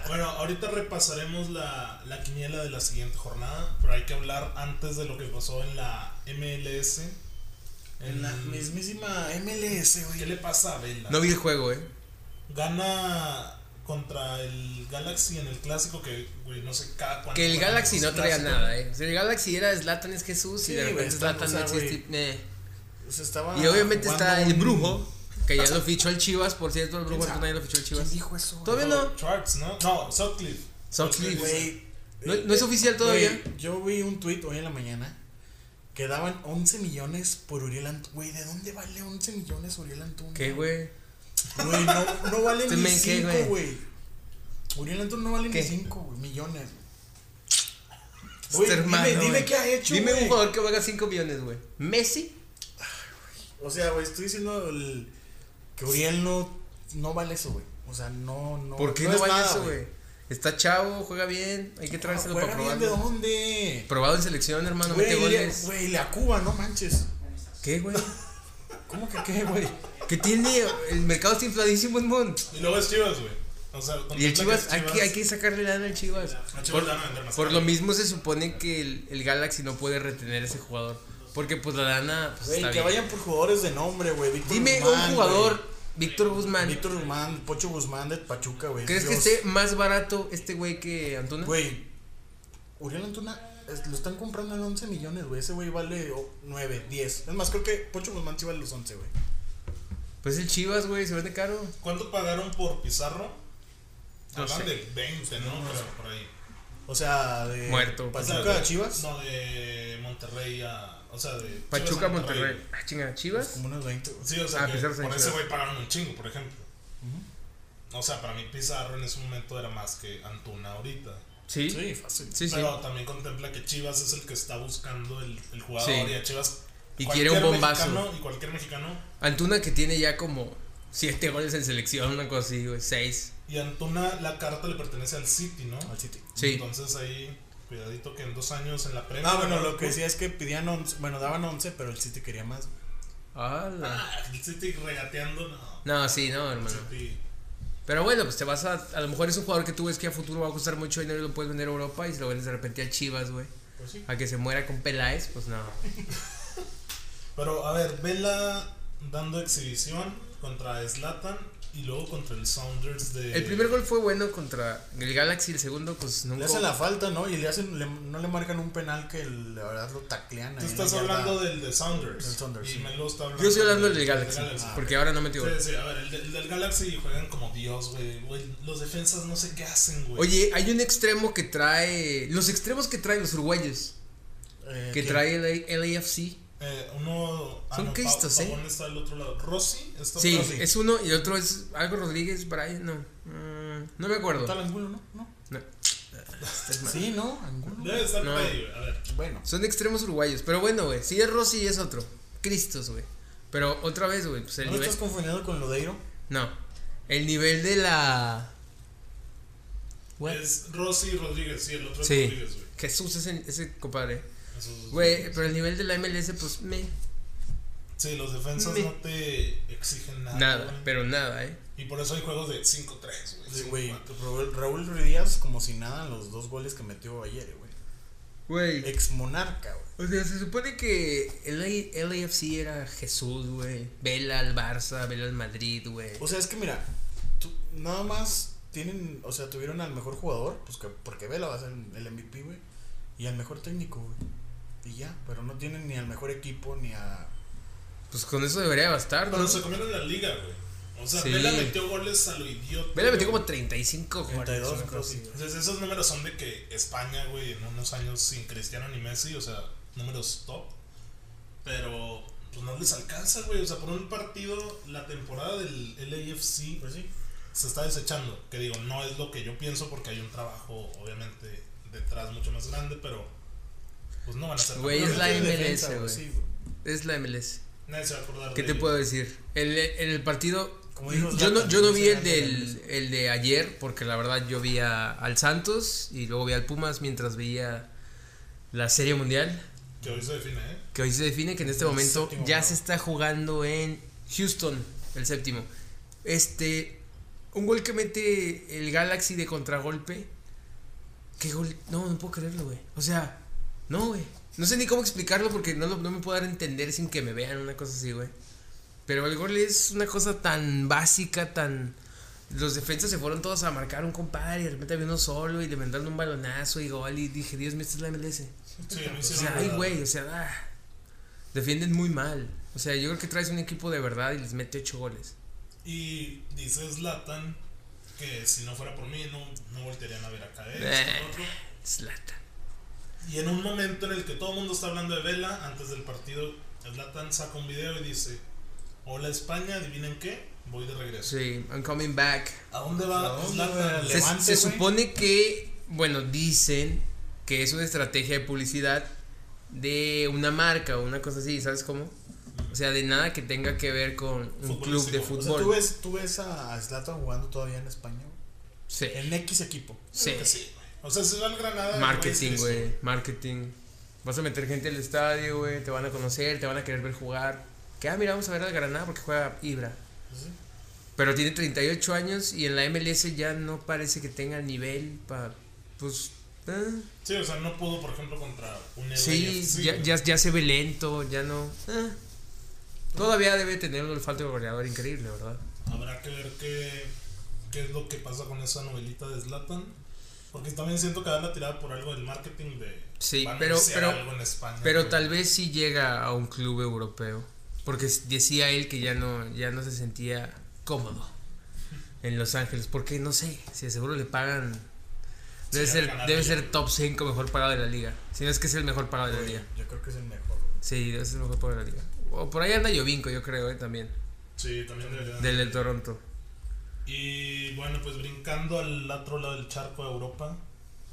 Speaker 2: Bueno, ahorita repasaremos la, la quiniela de la siguiente jornada. Pero hay que hablar antes de lo que pasó en la MLS.
Speaker 1: En la
Speaker 3: Mm.
Speaker 1: mismísima MLS,
Speaker 2: ¿Qué
Speaker 1: güey.
Speaker 2: le pasa a Vela?
Speaker 3: No vi el juego, ¿eh?
Speaker 2: Gana contra el Galaxy en el clásico que, güey, no sé cada cuánto.
Speaker 3: Que el
Speaker 2: juegan
Speaker 3: Galaxy
Speaker 2: esos
Speaker 3: no traía
Speaker 2: clásicos.
Speaker 3: nada, ¿eh? O sea, el Galaxy era Zlatan es Jesús
Speaker 1: Sí,
Speaker 3: y de
Speaker 1: güey,
Speaker 3: repente
Speaker 1: está- o
Speaker 3: Zlatan no
Speaker 1: sea, güey. Ah,
Speaker 3: existe. eh.
Speaker 1: O sea, estaba.
Speaker 3: Y obviamente
Speaker 2: jugando
Speaker 3: está el
Speaker 2: un-
Speaker 3: Brujo, que ya lo fichó el Chivas, por cierto, el Brujo
Speaker 1: sabe?
Speaker 3: nadie lo fichó el Chivas.
Speaker 1: ¿Quién dijo eso? güey?
Speaker 3: Todavía no.
Speaker 2: Schwartz, ¿no? No, Sutcliffe.
Speaker 3: Sutcliffe.
Speaker 1: Güey,
Speaker 3: No,
Speaker 1: eh,
Speaker 3: no es oficial todavía.
Speaker 1: Güey, yo vi un tweet hoy en la mañana que daban 11 millones por Uriel Antuna. Güey, ¿de dónde vale 11 millones Uriel Antuna?
Speaker 3: ¿Qué, güey?
Speaker 1: Güey, no, no vale
Speaker 3: ¿Te
Speaker 1: ni
Speaker 3: Este men qué,
Speaker 1: 5,
Speaker 3: güey?
Speaker 1: güey. Uriel Antuna no vale
Speaker 3: ¿Qué?
Speaker 1: ni 5 millones. güey.
Speaker 3: Este
Speaker 1: Güey,
Speaker 3: hermano,
Speaker 1: dime, dime
Speaker 3: güey.
Speaker 1: qué ha hecho,
Speaker 3: Dime un
Speaker 1: güey.
Speaker 3: jugador que valga 5 millones, güey. ¿Messi?
Speaker 1: O sea, güey, estoy diciendo el- que Uriel no, no vale eso, güey. O sea, no, no.
Speaker 3: ¿Por qué no,
Speaker 1: es
Speaker 3: vale
Speaker 1: nada,
Speaker 3: eso, güey? Está chavo, juega bien, hay que traérselo
Speaker 1: Juega
Speaker 3: para
Speaker 1: bien, ¿De
Speaker 3: probarlo.
Speaker 1: dónde?
Speaker 3: Probado en selección, hermano, mete
Speaker 1: Güey, le-
Speaker 3: goles.
Speaker 1: güey, la Cuba, no manches.
Speaker 3: ¿Qué, güey?
Speaker 1: ¿Cómo que qué, güey?
Speaker 3: ¿Qué tiene? El mercado está infladísimo, Edmond.
Speaker 2: Y luego es Chivas, güey. O sea,
Speaker 3: Y el
Speaker 2: contempla que es
Speaker 3: Chivas, hay que, hay que sacarle lana al Chivas.
Speaker 2: A Chivas
Speaker 3: Por,
Speaker 2: le van a vender más
Speaker 3: por
Speaker 2: caro.
Speaker 3: lo mismo se supone que el, el Galaxy no puede retener a ese jugador. Porque pues la lana pues,
Speaker 1: Güey,
Speaker 3: está
Speaker 1: que
Speaker 3: bien.
Speaker 1: vayan por jugadores de nombre, güey. Víctor
Speaker 3: Dime
Speaker 1: Guzmán,
Speaker 3: un jugador,
Speaker 1: güey.
Speaker 3: Víctor Guzmán.
Speaker 1: Víctor Guzmán, Pocho Guzmán de Pachuca, güey.
Speaker 3: ¿Crees que
Speaker 1: Dios.
Speaker 3: esté más barato este güey que Antuna?
Speaker 1: Güey, Uriel Antuna es- lo están comprando en 11 millones, güey. Ese güey vale 9, 10. Es más, creo que Pocho Guzmán sí vale los 11, güey.
Speaker 3: Pues el Chivas, güey, se vende caro.
Speaker 2: ¿Cuánto pagaron por Pizarro?
Speaker 3: No
Speaker 2: Hablan
Speaker 3: sé.
Speaker 2: de 20, ¿no? Pero por ahí.
Speaker 1: O sea, de
Speaker 3: Muerto. pues,
Speaker 2: O sea,
Speaker 1: Pachuca
Speaker 2: de-
Speaker 1: a Chivas,
Speaker 2: No, de Monterrey a. O sea, de. Chivas
Speaker 3: Pachuca,
Speaker 2: a
Speaker 3: Monterrey. Ah, chinga, Chivas.
Speaker 1: pues, como unos 20, güey.
Speaker 2: Sí, o sea,
Speaker 3: Ah,
Speaker 2: que
Speaker 3: Pizarro se
Speaker 2: por
Speaker 3: enchiló.
Speaker 2: ese güey pagaron un chingo, por ejemplo. O sea, para mí Pizarro en ese momento era más que Antuna ahorita.
Speaker 3: Sí,
Speaker 1: Sí, fácil.
Speaker 3: sí, sí.
Speaker 2: Pero también contempla que Chivas es el que está buscando el, el jugador
Speaker 3: Sí.
Speaker 2: y a Chivas.
Speaker 3: Y
Speaker 2: cualquier
Speaker 3: quiere un bombazo.
Speaker 2: mexicano- y cualquier mexicano.
Speaker 3: Antuna que tiene ya como siete goles en selección, una cosa así, güey, seis.
Speaker 2: Y Antuna, la carta le pertenece al City, ¿no?
Speaker 1: Al City.
Speaker 3: Sí.
Speaker 2: Entonces ahí, cuidadito que en dos años en la prensa.
Speaker 1: Ah, bueno, lo que decía es que pedían 11, bueno, daban 11, pero el City quería más. güey.
Speaker 3: ¡Hala!
Speaker 2: Ah, el City regateando, no.
Speaker 3: No, sí, no, hermano.
Speaker 2: City.
Speaker 3: Pero bueno, pues te vas a. A lo mejor es un jugador que tú ves que a futuro va a costar mucho dinero y lo puedes vender a Europa y se lo vendes de repente a Chivas, güey.
Speaker 2: Pues sí.
Speaker 3: A que se muera con Peláez, pues no.
Speaker 2: Pero a ver, Vela dando exhibición contra Slatan y luego contra el Sounders de.
Speaker 3: El primer gol fue bueno contra el Galaxy, el segundo, pues
Speaker 1: Le
Speaker 3: nunca.
Speaker 1: hacen la falta, ¿no? Y le hacen, le- no le marcan un penal que el- la verdad lo taclean.
Speaker 2: Tú
Speaker 1: ahí en
Speaker 2: estás
Speaker 1: la yarda.
Speaker 2: hablando del de Sounders.
Speaker 1: Del Sounders,
Speaker 2: Y
Speaker 1: sí.
Speaker 2: Melo está hablando.
Speaker 3: Yo estoy hablando del Galaxy, Ah.
Speaker 2: Galaxy. Ah,
Speaker 3: porque ahora no metió gol.
Speaker 2: Sí, sí, a ver, el, de- el del Galaxy juegan como Dios, güey. Güey, Los defensas no sé qué hacen, güey.
Speaker 3: Oye, hay un extremo que trae. Los extremos que traen los uruguayos.
Speaker 1: Eh,
Speaker 3: Que
Speaker 1: ¿quién?
Speaker 3: trae el LAFC.
Speaker 2: Eh, uno.
Speaker 3: Son
Speaker 2: Pa-
Speaker 3: Cristos, ¿eh?
Speaker 2: Pavón está del otro lado. Rossi está
Speaker 3: Sí,
Speaker 2: atrás.
Speaker 3: es uno y el otro es algo Rodríguez, Brian, no. Mm, no me acuerdo.
Speaker 1: Tal Angulo, ¿no? ¿no?
Speaker 3: No.
Speaker 1: Sí, ¿no? Angulo.
Speaker 2: Debe estar
Speaker 3: No.
Speaker 2: por ahí, güey. A ver.
Speaker 1: Bueno.
Speaker 3: Son extremos uruguayos. Pero bueno, güey. Si es Rossi, es otro. Cristos, güey. Pero otra vez, güey. Pues el
Speaker 1: ¿No lo
Speaker 3: nivel.
Speaker 1: estás confundiendo con Lodeiro?
Speaker 3: No. El nivel de la. What?
Speaker 2: Es Rossi y Rodríguez, sí, el otro
Speaker 3: Sí.
Speaker 2: es Rodríguez, güey.
Speaker 3: Jesús, ese, ese compadre.
Speaker 2: Esos dos.
Speaker 3: Güey, pero el nivel de la MLS, pues me.
Speaker 2: Sí, los defensas
Speaker 3: Me-
Speaker 2: no te exigen nada.
Speaker 3: Nada,
Speaker 2: Ah, güey.
Speaker 3: pero nada, eh.
Speaker 2: Y por eso hay juegos de 5-3, güey.
Speaker 1: Sí,
Speaker 2: 5-4.
Speaker 1: güey, Raúl, Raúl Ruiz Díaz como si nada los dos goles que metió ayer, güey.
Speaker 3: Güey.
Speaker 1: Ex monarca, güey.
Speaker 3: O sea, se supone que el LAFC era Jesús, güey. Vela al Barça, vela al Madrid, güey.
Speaker 1: O sea, es que mira, tú- nada más tienen, o sea, tuvieron al mejor jugador, pues que porque Vela va a ser el MVP, güey, y al mejor técnico, güey. Y ya, pero no tienen ni al mejor equipo ni a
Speaker 3: Pues con eso debería bastar, ¿no?
Speaker 2: Pero se comieron la liga, güey. O sea,
Speaker 3: Sí.
Speaker 2: Vela metió goles a lo idiota.
Speaker 3: Vela metió
Speaker 2: güey.
Speaker 3: como 35 goles.
Speaker 1: 32,
Speaker 3: una cosa
Speaker 1: creo,
Speaker 3: así,
Speaker 1: sí.
Speaker 3: güey.
Speaker 2: Entonces, esos números son de que España, güey, en unos años sin Cristiano ni Messi, o sea, números top. Pero, pues no les alcanza, güey. O sea, por un partido, la temporada del LAFC
Speaker 1: pues sí.
Speaker 2: se está desechando. Que digo, no es lo que yo pienso porque hay un trabajo, obviamente, detrás mucho más grande, pero. Pues no van a ser.
Speaker 3: Güey,
Speaker 2: campeones.
Speaker 3: es la
Speaker 1: tienen
Speaker 3: MLS,
Speaker 1: defensa,
Speaker 3: güey.
Speaker 1: Sí, güey.
Speaker 3: Es la MLS.
Speaker 2: Nadie se va a acordar
Speaker 3: ¿Qué
Speaker 2: de
Speaker 3: te
Speaker 2: ello.
Speaker 3: puedo decir? El- en el partido.
Speaker 1: Como dijo
Speaker 3: yo, no,
Speaker 1: Zlatan,
Speaker 3: yo no
Speaker 1: no
Speaker 3: vi
Speaker 1: se
Speaker 3: el,
Speaker 1: gana la
Speaker 3: del, el de ayer, porque la verdad yo vi a- al Santos y luego vi al Pumas mientras veía la Serie Mundial,
Speaker 2: Que hoy se define, ¿eh?
Speaker 3: que hoy se define que en este
Speaker 1: El
Speaker 3: momento
Speaker 1: séptimo,
Speaker 3: ya
Speaker 1: ¿no?
Speaker 3: se está jugando en Houston, el séptimo. Este, un gol que mete el Galaxy de contragolpe. ¿Qué gol? No, no puedo creerlo, güey. O sea, no, güey. No sé ni cómo explicarlo porque no, lo- no me puedo dar a entender sin que me vean una cosa así, güey. Pero el gol es una cosa tan básica, tan... los defensas se fueron todos a marcar a un compadre y de repente había uno solo y le mandaron un balonazo y gol y dije, Dios mío, esta es la MLS.
Speaker 2: Sí, no
Speaker 3: O
Speaker 2: hicieron
Speaker 3: sea, ay,
Speaker 2: nada.
Speaker 3: güey, o sea, ah, defienden muy mal. O sea, yo creo que traes un equipo de verdad y les mete ocho goles.
Speaker 2: Y dice Zlatan que si no fuera por mí no, no voltearían a ver acá
Speaker 3: Eh.
Speaker 2: esto, lo otro.
Speaker 3: Slata.
Speaker 2: Y en un momento en el que todo el mundo está hablando de Vela, antes del partido, Zlatan saca un video y dice, hola España, adivinen qué, voy de regreso.
Speaker 3: Sí, I'm coming back.
Speaker 2: ¿A dónde
Speaker 1: ¿A
Speaker 2: va
Speaker 1: dónde
Speaker 2: Zlatan?
Speaker 1: va?
Speaker 3: Se,
Speaker 1: Levante,
Speaker 3: se
Speaker 1: güey.
Speaker 3: supone que, bueno, dicen que es una estrategia de publicidad de una marca o una cosa así, ¿sabes cómo? O sea, de nada que tenga que ver con un club de
Speaker 1: O
Speaker 2: Futbolístico.
Speaker 1: sea, ¿tú
Speaker 3: fútbol.
Speaker 1: ves, tú ves a a Zlatan jugando todavía en España, güey?
Speaker 3: Sí,
Speaker 1: En X equipo.
Speaker 3: sí.
Speaker 2: Que sí, güey. O sea, se va al Granada.
Speaker 3: Marketing,
Speaker 2: es eso.
Speaker 3: güey. Marketing. Vas a meter gente al estadio, güey. Te van a conocer, te van a querer ver jugar. Que, ah, mira, vamos a ver al Granada porque juega Ibra.
Speaker 1: Sí.
Speaker 3: Pero tiene 38 años y en la MLS ya no parece que tenga nivel para. Pues. eh.
Speaker 2: Sí, o sea, no pudo, por ejemplo, contra un
Speaker 3: Sí,
Speaker 2: LAFC,
Speaker 3: ya,
Speaker 2: güey.
Speaker 3: ya, ya se ve lento, ya no. eh. Todavía debe tener un olfato de goleador increíble, ¿verdad?
Speaker 2: Habrá que ver qué, qué es lo que pasa con esa novelita de Zlatan. Porque también siento que van a tirar por algo del marketing de.
Speaker 3: Sí,
Speaker 2: van a
Speaker 3: pero-
Speaker 2: anunciar
Speaker 3: pero-
Speaker 2: algo en España,
Speaker 3: Pero
Speaker 2: güey.
Speaker 3: tal vez sí llega a un club europeo. Porque s- decía él que ya no, ya no se sentía cómodo en Los Ángeles. Porque no sé, si de seguro le pagan. Debe
Speaker 2: Sí,
Speaker 3: ser,
Speaker 2: ganar
Speaker 3: debe
Speaker 2: bien.
Speaker 3: ser top 5 mejor pagado de la liga. Si no es que es el mejor pagado de la
Speaker 1: Güey,
Speaker 3: liga.
Speaker 1: Yo creo que es el mejor, güey.
Speaker 3: Sí, debe ser el mejor pagado de la liga. O por ahí anda Jovinko, yo creo, eh, también.
Speaker 2: Sí, también debería.
Speaker 3: Del, del Toronto.
Speaker 2: Y bueno, pues brincando al otro lado del charco de Europa,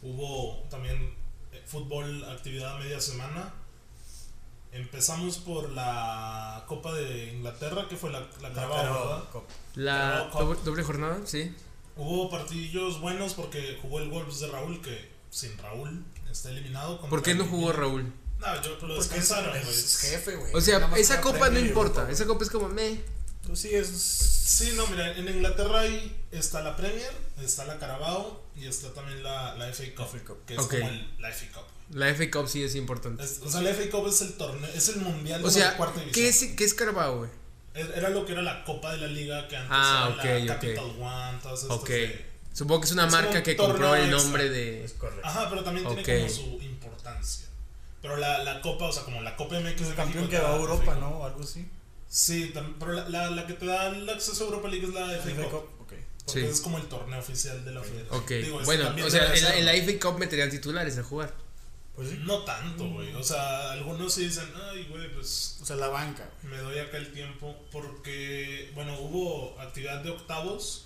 Speaker 2: hubo también eh, fútbol, actividad a media semana. Empezamos por la Copa de Inglaterra, que fue la, la Carabao, ¿verdad?
Speaker 1: Pero-
Speaker 3: La
Speaker 2: Carabao
Speaker 3: doble,
Speaker 2: Cup.
Speaker 3: doble jornada, sí.
Speaker 2: Hubo partidillos buenos porque jugó el Wolves de Raúl, que sin Raúl está eliminado. contra
Speaker 3: ¿Por qué no
Speaker 2: el-
Speaker 3: jugó Raúl?
Speaker 2: No, yo lo
Speaker 1: Porque Pues es,
Speaker 2: descansaron, pues. güey.
Speaker 1: es jefe, güey.
Speaker 3: O
Speaker 1: Nada
Speaker 3: sea,
Speaker 1: más
Speaker 3: esa
Speaker 1: una
Speaker 3: copa no
Speaker 1: Premier y
Speaker 3: importa.
Speaker 1: Europa,
Speaker 3: Esa copa es como me.
Speaker 1: güey. Pues sí, es.
Speaker 2: Sí, no, mira, en Inglaterra ahí está la Premier, está la Carabao y está también la, la FA Cup,
Speaker 1: FA Cup.
Speaker 2: que es
Speaker 3: Ok.
Speaker 2: como el, la FA Cup. güey.
Speaker 3: La FA Cup sí es importante.
Speaker 2: Es- o sea, la FA Cup es el torneo, es el mundial
Speaker 3: O
Speaker 2: de
Speaker 3: sea,
Speaker 2: cuarta
Speaker 3: ¿qué
Speaker 2: división.
Speaker 3: es, qué es Carabao, güey?
Speaker 2: Era lo que era la Copa de la Liga que antes
Speaker 3: Ah,
Speaker 2: era
Speaker 3: ok,
Speaker 2: la
Speaker 3: ok.
Speaker 2: Capital One, todas estas
Speaker 3: Ok.
Speaker 2: de-
Speaker 3: Supongo que es una
Speaker 2: Es
Speaker 3: marca
Speaker 2: como
Speaker 3: que
Speaker 2: un torneo
Speaker 3: compró el
Speaker 2: extra.
Speaker 3: nombre de.
Speaker 1: Es correcto.
Speaker 2: Ajá, pero también
Speaker 3: Ok.
Speaker 2: tiene como su importancia. Pero la, la Copa, o sea, como la Copa MX de
Speaker 1: El campeón
Speaker 2: México
Speaker 1: que va
Speaker 2: era
Speaker 1: a
Speaker 2: la
Speaker 1: Europa,
Speaker 2: FA Cup.
Speaker 1: ¿no? O algo así.
Speaker 2: Sí, tam- pero la, la, la que te da el acceso a Europa League es la FA
Speaker 1: FA
Speaker 2: Cup.
Speaker 1: Cup, ok.
Speaker 2: Porque
Speaker 3: Sí.
Speaker 2: es como el torneo oficial de la federación.
Speaker 3: Ok.
Speaker 2: Digo, es
Speaker 3: bueno,
Speaker 2: también
Speaker 3: o sea,
Speaker 2: debe
Speaker 3: en la,
Speaker 2: ser,
Speaker 3: en la FA Cup meterían titulares a jugar.
Speaker 1: Pues sí.
Speaker 2: No tanto, güey. O sea, algunos sí dicen, ay, güey, pues
Speaker 1: O sea, la banca, güey.
Speaker 2: me doy acá el tiempo. Porque, bueno, hubo actividad de octavos.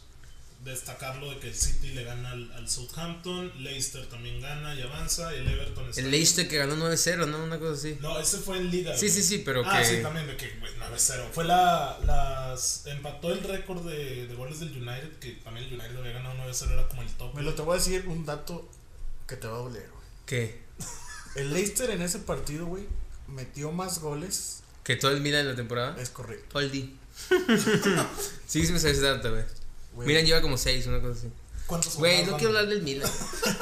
Speaker 2: Destacar lo de que el City le gana al, al Southampton. Leicester también gana y avanza. El Everton está.
Speaker 3: El Leicester que ganó 9-0, ¿no? Una cosa así.
Speaker 2: No, ese fue en Liga.
Speaker 3: Sí,
Speaker 2: güey.
Speaker 3: sí, sí, pero
Speaker 2: ah,
Speaker 3: que.
Speaker 2: sí, también, de que güey, 9-0. Fue la. Las, empató el récord de, de goles del United. Que también el United había ganado 9-0, era como el top.
Speaker 1: Me lo te voy a decir un dato que te va a doler, güey.
Speaker 3: ¿Qué?
Speaker 1: El Leicester en ese partido, güey, metió más goles.
Speaker 3: Que todo el Milan en la temporada.
Speaker 1: Es correcto.
Speaker 3: Todo el D. sí, sí me sabes ese dato, güey.
Speaker 1: güey.
Speaker 3: Milan lleva como 6, una cosa así.
Speaker 2: ¿Cuántos
Speaker 3: Güey,
Speaker 2: jornadas
Speaker 3: no
Speaker 2: van?
Speaker 3: quiero hablar del Milan.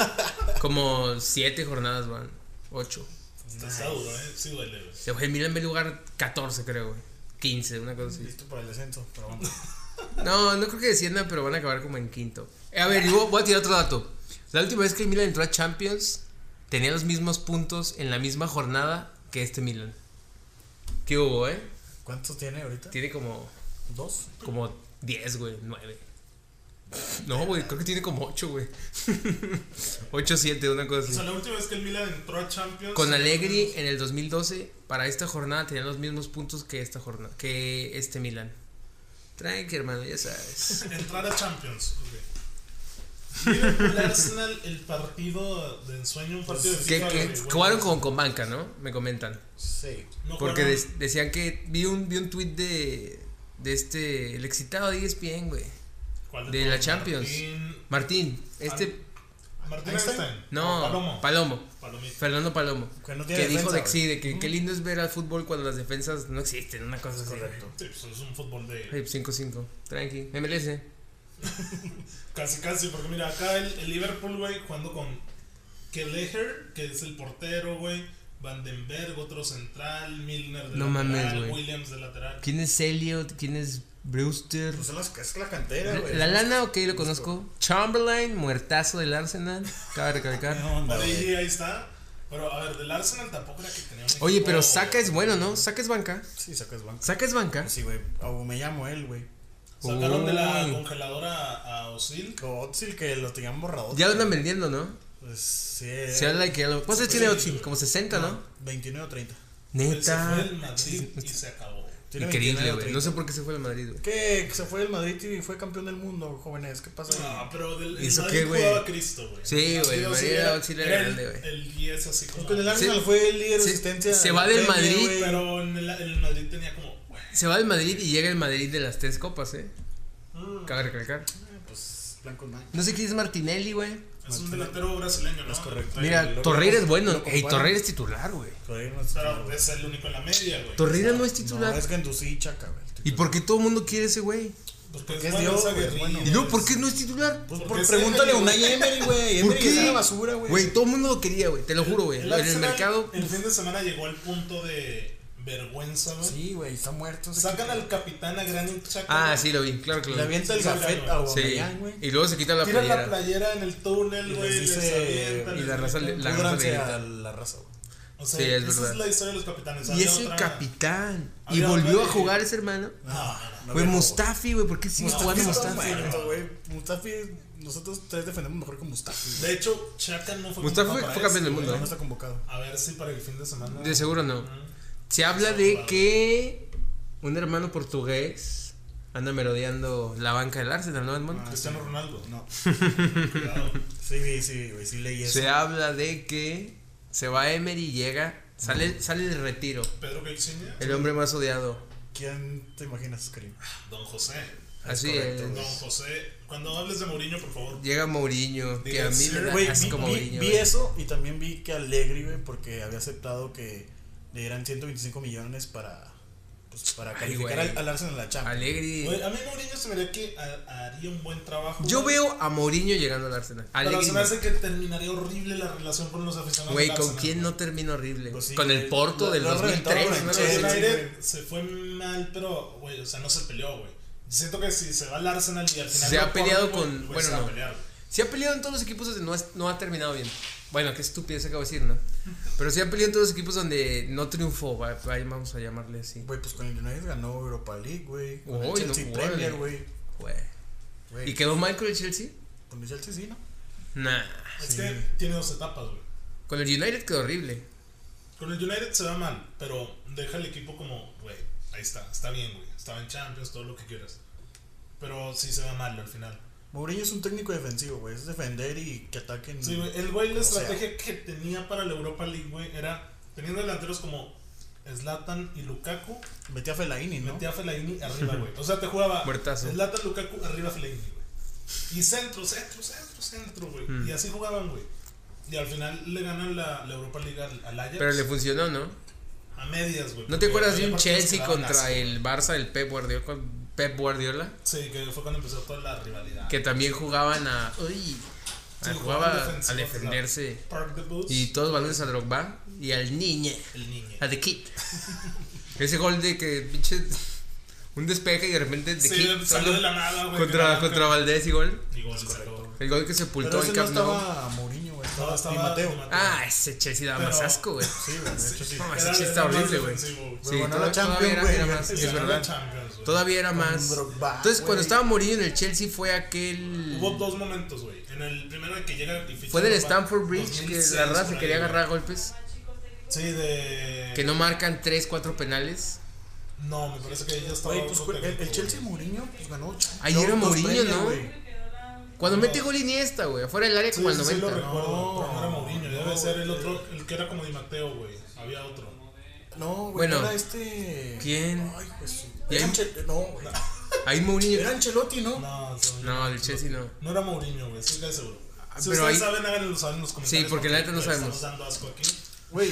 Speaker 3: Como 7 jornadas van. 8.
Speaker 2: Está, está duro, ¿eh? Sí duele, güey.
Speaker 3: Se fue el Milan ve lugar 14, creo, güey. 15, una cosa así.
Speaker 1: Listo para el descenso, pero vamos.
Speaker 3: No, no creo que desciendan, pero van a acabar como en quinto. Eh, A ver, yo voy a tirar otro dato. La última vez que el Milan entró a Champions, tenía los mismos puntos en la misma jornada que este Milan. ¿Qué hubo, eh?
Speaker 1: ¿Cuántos tiene ahorita?
Speaker 3: Tiene como,
Speaker 1: ¿Dos?
Speaker 3: como 10, güey, 9. No, güey, creo que tiene como 8, güey. 8, 7, una
Speaker 2: O
Speaker 3: cosa
Speaker 2: sea,
Speaker 3: así.
Speaker 2: la última vez que el Milan entró a Champions.
Speaker 3: Con Allegri en el 2012, para esta jornada tenían los mismos puntos que esta jornada, que este Milan. Tranqui, hermano, ya sabes.
Speaker 2: Entrar a Champions. ok. Liverpool Arsenal, el partido de ensueño, un partido de
Speaker 1: Pues,
Speaker 2: FIFA.
Speaker 3: que, que
Speaker 2: güey, güey.
Speaker 3: jugaron con, con banca, ¿no? Me comentan.
Speaker 1: Sí.
Speaker 2: No
Speaker 3: Porque
Speaker 2: jugaron-
Speaker 3: des- decían que vi un, vi un tweet de, de este, el excitado de ESPN, güey.
Speaker 2: ¿Cuál
Speaker 3: de la
Speaker 2: todos?
Speaker 3: Champions.
Speaker 2: Martín,
Speaker 3: Martín, este,
Speaker 2: Martín
Speaker 1: Einstein.
Speaker 2: Einstein.
Speaker 3: no,
Speaker 2: Palomo.
Speaker 3: Palomo.
Speaker 2: Palomita.
Speaker 3: Fernando Palomo.
Speaker 1: Que no
Speaker 3: Que
Speaker 1: tiene defensa,
Speaker 3: dijo
Speaker 1: güey.
Speaker 3: de Exi, de que qué lindo es ver al fútbol cuando las defensas no existen, una cosa
Speaker 1: Es
Speaker 3: así.
Speaker 1: correcto.
Speaker 2: Sí, pues es un fútbol de.
Speaker 3: Hey, 5-5, tranqui, MLS.
Speaker 2: Casi, casi. Porque mira, acá el, el Liverpool, güey, jugando con Kelleher, que es el portero, güey. Vandenberg, otro central. Milner de
Speaker 3: No
Speaker 2: lateral.
Speaker 3: mames, güey.
Speaker 2: Williams de lateral.
Speaker 3: ¿Quién es Elliot? ¿Quién es Brewster.
Speaker 1: Pues son las, es la cantera, güey.
Speaker 3: La lana, ok, lo conozco. Chamberlain, muertazo del Arsenal. Cabe recalcar.
Speaker 4: ¿Qué onda, güey?
Speaker 2: Oye, ahí está. Pero a ver, del Arsenal tampoco era que tenía un
Speaker 3: Oye,
Speaker 2: equipo-
Speaker 3: pero Saca es bueno, ¿no? Saca es banca.
Speaker 1: Sí, sacas banca.
Speaker 3: Saca es banca.
Speaker 1: Sí, güey. O me llamo él, güey.
Speaker 2: Sacaron de la
Speaker 3: Uy.
Speaker 2: congeladora a Osil.
Speaker 1: O Otsil, que lo tenían borrado.
Speaker 3: Ya lo andan vendiendo, ¿no?
Speaker 1: Pues sí. Ah,
Speaker 3: Se habla de que ya lo. ¿Cuántos
Speaker 2: Sí.
Speaker 3: tiene Otsil? Como 60, ¿no?
Speaker 1: 29 o 30.
Speaker 2: Él se fue
Speaker 3: Neta.
Speaker 2: del Madrid y se acabó.
Speaker 1: Tiene 29
Speaker 3: Increíble,
Speaker 1: o
Speaker 3: güey. No
Speaker 1: 30.
Speaker 3: sé por qué se fue al Madrid, güey.
Speaker 1: ¿Qué? Que se fue del Madrid y fue campeón del mundo, jóvenes. ¿Qué pasa?
Speaker 2: No, Ah, pero del el
Speaker 3: ¿Hizo
Speaker 2: Madrid
Speaker 3: qué, güey?
Speaker 2: jugaba Cristo, güey.
Speaker 3: Sí, güey, el Madrid era auxiliar
Speaker 2: el-
Speaker 3: grande, güey.
Speaker 2: El 10 así como.
Speaker 1: Con el
Speaker 3: Sí.
Speaker 1: Arsenal fue el líder de
Speaker 3: Sí.
Speaker 1: asistencia.
Speaker 3: Se va del Madrid.
Speaker 1: güey.
Speaker 2: Pero en el, el Madrid tenía como. güey,
Speaker 3: Se va al Madrid y llega el Madrid de las tres copas, ¿eh?
Speaker 2: mm,
Speaker 3: Cabe recalcar.
Speaker 1: Eh, Pues blanco y mal.
Speaker 3: No sé quién es Martinelli, güey.
Speaker 2: Es un delantero brasileño, ¿no?
Speaker 1: Es correcto. Lo-
Speaker 3: Mira,
Speaker 1: lo-
Speaker 3: Torreira es
Speaker 1: lo
Speaker 3: bueno. Ey,
Speaker 1: comparan.
Speaker 3: Torreira es titular, güey.
Speaker 1: Torreira no es
Speaker 2: Pero
Speaker 1: titular.
Speaker 2: es el único en la media, güey.
Speaker 3: Torreira no es
Speaker 1: No,
Speaker 3: titular.
Speaker 1: es Ganduzi y Chaca, güey.
Speaker 3: ¿Y por qué todo el mundo quiere ese güey?
Speaker 2: Porque
Speaker 1: Porque es
Speaker 2: es bueno,
Speaker 1: Dios,
Speaker 2: es
Speaker 1: güey, es
Speaker 2: aguerrido.
Speaker 1: bueno.
Speaker 3: Y luego, ¿por qué no es titular?
Speaker 1: Pues
Speaker 2: Porque
Speaker 1: por,
Speaker 2: es
Speaker 1: pregúntale a
Speaker 2: Emery,
Speaker 1: Unai Emery, güey.
Speaker 3: ¿Por
Speaker 1: Emery
Speaker 3: qué?
Speaker 1: es una basura, güey.
Speaker 3: Güey, todo el mundo lo quería, güey. Te lo juro, güey. En el
Speaker 2: Arsenal,
Speaker 3: mercado.
Speaker 2: El fin de semana llegó al punto de vergüenza, güey.
Speaker 1: Sí, güey, está muerto. ese
Speaker 2: Sacan
Speaker 1: equipo.
Speaker 2: al capitán a Granit Xhaka.
Speaker 3: Ah,
Speaker 2: güey.
Speaker 3: sí, lo vi. Claro que lo
Speaker 1: Le
Speaker 3: vi.
Speaker 1: avienta el
Speaker 2: Sí,
Speaker 1: gafet a
Speaker 2: sacan,
Speaker 3: Sí.
Speaker 1: Aubameyang, güey.
Speaker 3: Y luego se quita la
Speaker 2: Tiran la
Speaker 3: playera.
Speaker 2: playera en el túnel,
Speaker 1: Y
Speaker 2: güey.
Speaker 1: les
Speaker 2: les
Speaker 1: dice-
Speaker 2: avientan
Speaker 3: y
Speaker 2: el-
Speaker 3: la raza le- la-
Speaker 1: Púdranse
Speaker 3: raza
Speaker 1: a la raza, güey.
Speaker 2: O sea,
Speaker 3: Sí, es
Speaker 2: esa
Speaker 3: verdad.
Speaker 2: es la historia de los capitanes.
Speaker 3: Y
Speaker 2: Había
Speaker 3: es el
Speaker 2: otra-
Speaker 3: capitán. Y
Speaker 2: Había
Speaker 3: volvió
Speaker 2: otra
Speaker 3: a
Speaker 2: de-
Speaker 3: jugar ese hermano.
Speaker 2: No, no, no.
Speaker 3: Güey,
Speaker 1: había
Speaker 3: Mustafi, güey. ¿Por qué sigue jugando
Speaker 1: Mustafi está
Speaker 3: Mustafi?
Speaker 1: muerto, güey. Mustafi, nosotros tres defendemos mejor que Mustafi. güey.
Speaker 2: De hecho, Chaka no fue
Speaker 3: Mustafa
Speaker 2: convocado
Speaker 3: fue
Speaker 2: para
Speaker 3: campeón del
Speaker 2: esto,
Speaker 3: mundo,
Speaker 1: No
Speaker 2: güey.
Speaker 1: está convocado.
Speaker 2: A ver si para el fin de semana.
Speaker 3: De seguro no.
Speaker 2: Ujú.
Speaker 3: Se habla de que un hermano portugués anda merodeando la banca del Arsenal, ¿no, Edmond?
Speaker 2: Cristiano Ronaldo.
Speaker 1: No.
Speaker 2: Cuidado.
Speaker 1: Sí, sí, güey, sí leí eso.
Speaker 3: Se habla de que se va Emery y llega, sale, sale del retiro,
Speaker 2: Pedro Queixinha.
Speaker 3: el hombre más odiado.
Speaker 1: ¿Quién te imaginas, Karim?
Speaker 2: Don José.
Speaker 3: Así
Speaker 1: correcto,
Speaker 3: es.
Speaker 2: Don José. Cuando hables de Mourinho, por favor.
Speaker 3: Llega Mourinho, que a mí me
Speaker 2: Diga,
Speaker 3: da
Speaker 1: Güey,
Speaker 3: asco
Speaker 1: vi, vi-
Speaker 3: Mourinho.
Speaker 1: vi
Speaker 3: güey.
Speaker 1: eso y también vi que Alegri, güey, porque había aceptado que le dieran 125 millones para, pues, para
Speaker 3: Ay,
Speaker 1: calificar
Speaker 3: güey.
Speaker 1: al, al Arsenal a la Champions.
Speaker 3: Allegri.
Speaker 2: Oye, a mí Mourinho se me haría que ha- haría un buen trabajo.
Speaker 3: Yo
Speaker 2: güey.
Speaker 3: veo a Mourinho llegando al Arsenal.
Speaker 2: Pero
Speaker 3: Allegri
Speaker 2: se
Speaker 3: no.
Speaker 2: me hace que terminaría horrible la relación con los aficionados.
Speaker 3: Güey,
Speaker 2: del
Speaker 3: ¿con
Speaker 2: Arsenal,
Speaker 3: quién
Speaker 2: güey.
Speaker 3: no termina horrible?
Speaker 1: Pues sí,
Speaker 3: Con el
Speaker 1: güey.
Speaker 3: Porto
Speaker 1: Lo-
Speaker 3: del
Speaker 1: lo ha reventado
Speaker 3: 2003. ¿no?
Speaker 1: Sí,
Speaker 2: Manchester
Speaker 1: sí,
Speaker 2: United
Speaker 1: güey.
Speaker 2: se fue mal, pero, güey, o sea, no se peleó, güey. Siento que si se va al Arsenal y al final.
Speaker 3: Se
Speaker 2: no
Speaker 3: ha peleado
Speaker 2: corre, güey,
Speaker 3: con-
Speaker 2: güey,
Speaker 3: bueno,
Speaker 2: se va a
Speaker 3: no.
Speaker 2: pelear.
Speaker 3: Si ha peleado en todos los equipos donde no, es- no ha terminado bien. Bueno, qué estupidez acabo de decir, ¿no? Pero si ha peleado en todos los equipos donde no triunfó, va- va- vamos a llamarle así.
Speaker 1: Güey, pues con el United ganó Europa League, güey. Con el
Speaker 3: Uy,
Speaker 1: Chelsea
Speaker 3: no,
Speaker 1: Premier,
Speaker 3: órale.
Speaker 1: güey.
Speaker 3: Güey.
Speaker 1: Güey,
Speaker 3: ¿Y quedó mal con el Chelsea?
Speaker 1: Con el Chelsea sí, ¿no?
Speaker 3: Nah.
Speaker 2: Es
Speaker 1: Sí.
Speaker 2: que tiene dos etapas, güey.
Speaker 3: Con el United quedó horrible.
Speaker 2: Con el United se va mal, pero deja el equipo como, güey, ahí está, está bien, güey. Estaba en Champions, todo lo que quieras. Pero sí se va mal al final.
Speaker 1: Mourinho es un técnico defensivo, güey. Es defender y que ataquen.
Speaker 3: Mm.
Speaker 2: Sí, güey, el güey la
Speaker 1: O sea.
Speaker 2: estrategia que tenía para la Europa League, güey, era teniendo delanteros como Zlatan y Lukaku,
Speaker 1: Metía a Fellaini, ¿no?
Speaker 2: metía a Fellaini arriba, güey. O sea, te jugaba
Speaker 3: Muertazo.
Speaker 2: Zlatan, Lukaku, arriba Fellaini, güey. Y centro, centro, centro, centro, güey.
Speaker 3: Mm.
Speaker 2: Y así jugaban, güey. Y al final le ganan la, la Europa League al, al Ajax
Speaker 3: Pero le funcionó, ¿no?
Speaker 2: a medias, güey.
Speaker 3: ¿No te
Speaker 2: porque
Speaker 3: acuerdas
Speaker 2: había
Speaker 3: de un
Speaker 2: partidos que
Speaker 3: Chelsea
Speaker 2: daban asco,
Speaker 3: contra
Speaker 2: güey.
Speaker 3: el Barça del Pep Guardiola? con Pep Guardiola
Speaker 2: Sí, que fue cuando empezó toda la rivalidad.
Speaker 3: que también jugaban a. Uy. a-
Speaker 2: Sí, jugaban
Speaker 3: jugaba a
Speaker 2: defensivos,
Speaker 3: defenderse.
Speaker 2: Park the Boots.
Speaker 3: Y todos balones a Drogba y al niño.
Speaker 2: el niño.
Speaker 3: A The Kid. Ese gol de que pinche. Un despeje y de repente The
Speaker 2: Sí,
Speaker 3: Kid
Speaker 2: salió
Speaker 3: solo
Speaker 2: de la nada, güey.
Speaker 3: contra, contra Valdés y gol.
Speaker 2: Y gol, sacó, güey.
Speaker 3: El gol que
Speaker 1: Pero
Speaker 3: sepultó
Speaker 1: ese
Speaker 3: en
Speaker 1: no
Speaker 3: Camp Nou.
Speaker 1: estaba Mourinho, güey. Estaba,
Speaker 2: No, estaba
Speaker 1: Di Mateo.
Speaker 2: Di Matteo.
Speaker 3: Ah, ese Chelsea daba más
Speaker 2: Pero-
Speaker 3: asco, güey.
Speaker 1: Sí, güey, de hecho sí.
Speaker 3: No, ese
Speaker 2: Era-
Speaker 3: Chelsea
Speaker 2: era
Speaker 3: está
Speaker 2: más
Speaker 3: horrible, güey. Sí,
Speaker 2: defensivo, güey.
Speaker 1: ganó la
Speaker 3: todavía-
Speaker 1: Champions,
Speaker 3: todavía
Speaker 1: güey.
Speaker 3: era, era más,
Speaker 2: Sí,
Speaker 3: es
Speaker 2: ganó la
Speaker 3: verdad.
Speaker 2: Champions, güey.
Speaker 3: Todavía era
Speaker 1: Con
Speaker 3: más.
Speaker 1: Drogba,
Speaker 3: Entonces, cuando
Speaker 1: güey.
Speaker 3: estaba Mourinho en el Chelsea fue aquel.
Speaker 2: Hubo dos momentos, güey. En el primero que llega y ficha
Speaker 3: Fue del
Speaker 2: Europa,
Speaker 3: Stanford Bridge que
Speaker 2: 2006
Speaker 3: la raza
Speaker 2: por
Speaker 3: se
Speaker 2: ahí,
Speaker 3: quería
Speaker 2: güey.
Speaker 3: agarrar a golpes.
Speaker 2: Sí, de.
Speaker 3: Que no marcan 3, 4 penales.
Speaker 2: No, me parece que ya estaba.
Speaker 1: Güey, pues
Speaker 2: otro
Speaker 1: el, el
Speaker 2: técnico,
Speaker 1: Chelsea Mourinho pues, ganó.
Speaker 3: Ahí
Speaker 1: dos-
Speaker 3: era
Speaker 1: dos
Speaker 3: Mourinho,
Speaker 1: Premier,
Speaker 3: ¿no?
Speaker 1: güey.
Speaker 3: Cuando
Speaker 2: No.
Speaker 3: mete gol Iniesta, güey. Afuera del área
Speaker 2: Sí,
Speaker 3: como al
Speaker 2: sí, sí,
Speaker 3: 90.
Speaker 2: lo recuerdo.
Speaker 1: No,
Speaker 2: pero no era Mourinho,
Speaker 1: no,
Speaker 2: debe ser el
Speaker 1: güey.
Speaker 2: otro, el que era como Di Mateo, güey. Había otro.
Speaker 1: No, güey.
Speaker 3: Bueno.
Speaker 1: Era este.
Speaker 3: ¿Quién?
Speaker 1: Ay, pues.
Speaker 3: ¿Y
Speaker 1: Era
Speaker 3: ahí?
Speaker 1: Anchel- No, güey.
Speaker 3: Ahí Mourinho.
Speaker 1: Era Ancelotti, ¿no?
Speaker 2: No,
Speaker 3: No, el Chelsea no.
Speaker 2: No era Mourinho, güey, estoy casi seguro. Si
Speaker 3: pero
Speaker 2: ustedes
Speaker 3: ahí-
Speaker 2: saben, háganlo saber en los comentarios.
Speaker 3: porque la neta no
Speaker 2: güey,
Speaker 3: sabemos.
Speaker 2: Estamos dando asco aquí.
Speaker 1: Güey,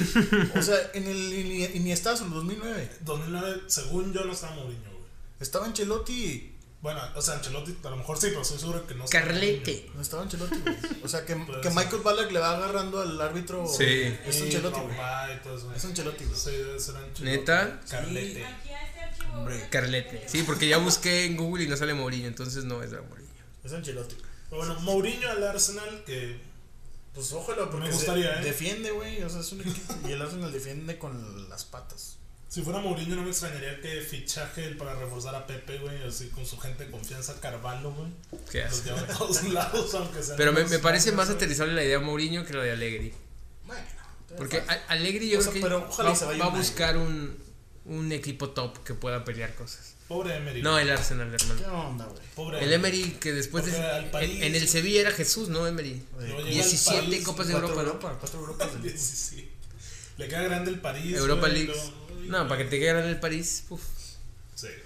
Speaker 1: o sea, en el Ini- Iniestazo, en el 2009,
Speaker 2: 2009, según yo, no estaba Mourinho, güey.
Speaker 1: estaba Ancelotti,
Speaker 2: Bueno, o sea, Ancelotti a lo mejor sí, pero estoy seguro que no. estaba
Speaker 3: Carlete.
Speaker 1: no estaba Ancelotti, güey. O sea, que,
Speaker 2: Puede
Speaker 1: que
Speaker 2: ser.
Speaker 1: Michael Ballack le va agarrando al árbitro.
Speaker 3: Sí.
Speaker 1: Es
Speaker 2: Mourinho, güey.
Speaker 1: Ancelotti,
Speaker 2: Y
Speaker 1: güey.
Speaker 2: Drogba y todo eso, güey.
Speaker 1: Es Ancelotti, güey.
Speaker 2: Sí, debe ser Ancelotti.
Speaker 3: Neta.
Speaker 2: Carlete.
Speaker 5: Aquí a este archivo
Speaker 1: Hombre,
Speaker 3: Carlete. Sí, porque ya busqué en Google y no sale Mourinho, entonces no es la Mourinho.
Speaker 1: es Ancelotti.
Speaker 2: Pero bueno, Mourinho al Arsenal, que
Speaker 1: Pues ojalá, porque
Speaker 2: Me gustaría,
Speaker 1: se-
Speaker 2: ¿eh?
Speaker 1: defiende, güey. O sea, es un equipo. y el Arsenal defiende con las patas.
Speaker 2: si fuera Mourinho no me extrañaría que fichaje él para reforzar a Pepe, güey, así con su gente de confianza, Carvalho, güey.
Speaker 3: Qué
Speaker 2: Los
Speaker 3: asco.
Speaker 2: lleva a todos lados, aunque sea.
Speaker 3: Pero me, me parece más aterrizable la idea de Mourinho que la de Allegri.
Speaker 1: Bueno,
Speaker 3: Porque
Speaker 1: fácil.
Speaker 3: A- Allegri yo
Speaker 1: O sea,
Speaker 3: creo que
Speaker 1: pero ojalá
Speaker 3: va,
Speaker 1: y se vaya
Speaker 3: va a
Speaker 1: United.
Speaker 3: buscar un, un equipo top que pueda pelear cosas.
Speaker 2: Pobre Emery.
Speaker 3: No, el Arsenal,
Speaker 1: ¿qué
Speaker 3: hermano.
Speaker 1: onda, güey?
Speaker 2: Pobre
Speaker 3: El Emery que después de,
Speaker 2: Porque al París-
Speaker 3: en, en el Sevilla era Jesús, ¿no, Emery?
Speaker 2: No,
Speaker 1: Eh,
Speaker 2: llega al
Speaker 3: 17
Speaker 2: París,
Speaker 3: Copas de
Speaker 1: cuatro
Speaker 3: Europa. ¿no?
Speaker 1: Europa, cuatro Europas.
Speaker 2: Sí, sí, sí. Le queda grande el París.
Speaker 3: Europa
Speaker 2: güey,
Speaker 3: League.
Speaker 2: luego-
Speaker 3: No, para que te quede en el París. uf.
Speaker 2: Sí, güey,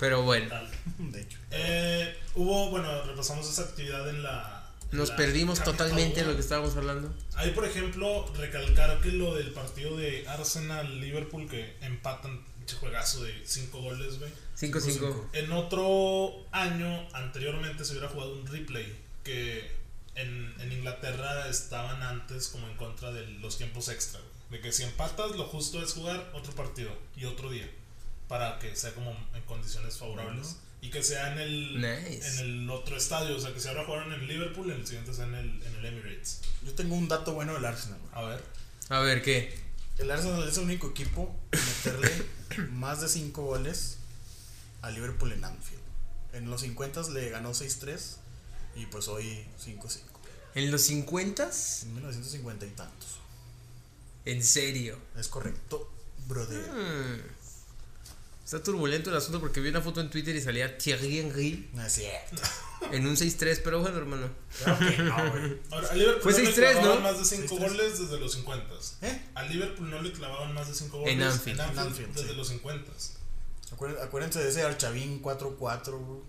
Speaker 3: Pero bueno,
Speaker 2: tal.
Speaker 1: De hecho.
Speaker 2: Eh, hubo, bueno, repasamos esa actividad en la. en
Speaker 3: nos
Speaker 2: la
Speaker 3: perdimos
Speaker 2: Camp
Speaker 3: totalmente de
Speaker 2: Nou.
Speaker 3: lo que estábamos hablando.
Speaker 2: Ahí, por ejemplo, recalcar que lo del partido de Arsenal-Liverpool que empatan, pinche juegazo de 5 goles, güey.
Speaker 3: 5-5.
Speaker 2: En otro año, anteriormente, se hubiera jugado un replay que en, en Inglaterra estaban antes como en contra de los tiempos extra. güey. De que si empatas, lo justo es jugar otro partido y otro día para que sea como en condiciones favorables. Y que sea en el,
Speaker 3: Nice.
Speaker 2: en el otro estadio, o sea, que si ahora jugaron en Liverpool, el siguiente sea en el, en el Emirates.
Speaker 1: Yo tengo un dato bueno del Arsenal, güey.
Speaker 2: A ver.
Speaker 3: A ver, ¿qué?
Speaker 1: El Arsenal es el único equipo en meterle más de 5 goles a Liverpool en Anfield. En los 50 le ganó 6-3 y pues hoy 5-5.
Speaker 3: ¿En los 50s?
Speaker 1: En 1950 y tantos.
Speaker 3: En serio.
Speaker 1: Es correcto, brother.
Speaker 3: Hmm. Está turbulento el asunto porque vi una foto en Twitter y salía Thierry Henry
Speaker 1: No es cierto.
Speaker 3: en un 6-3, pero bueno, hermano.
Speaker 1: Claro que no, güey.
Speaker 2: Ahora, a Liverpool
Speaker 3: Fue
Speaker 2: no le
Speaker 3: 6-3,
Speaker 2: clavaban
Speaker 3: ¿no?
Speaker 2: más de 5
Speaker 1: 6-3.
Speaker 2: goles desde los 50.
Speaker 1: ¿Eh?
Speaker 2: A Liverpool no le clavaban más de 5 goles
Speaker 3: En Anfield.
Speaker 1: En Anfield,
Speaker 2: desde
Speaker 1: sí.
Speaker 2: los 50.
Speaker 1: Acuérdense, acuérdense de ese Archavín 4-4. güey.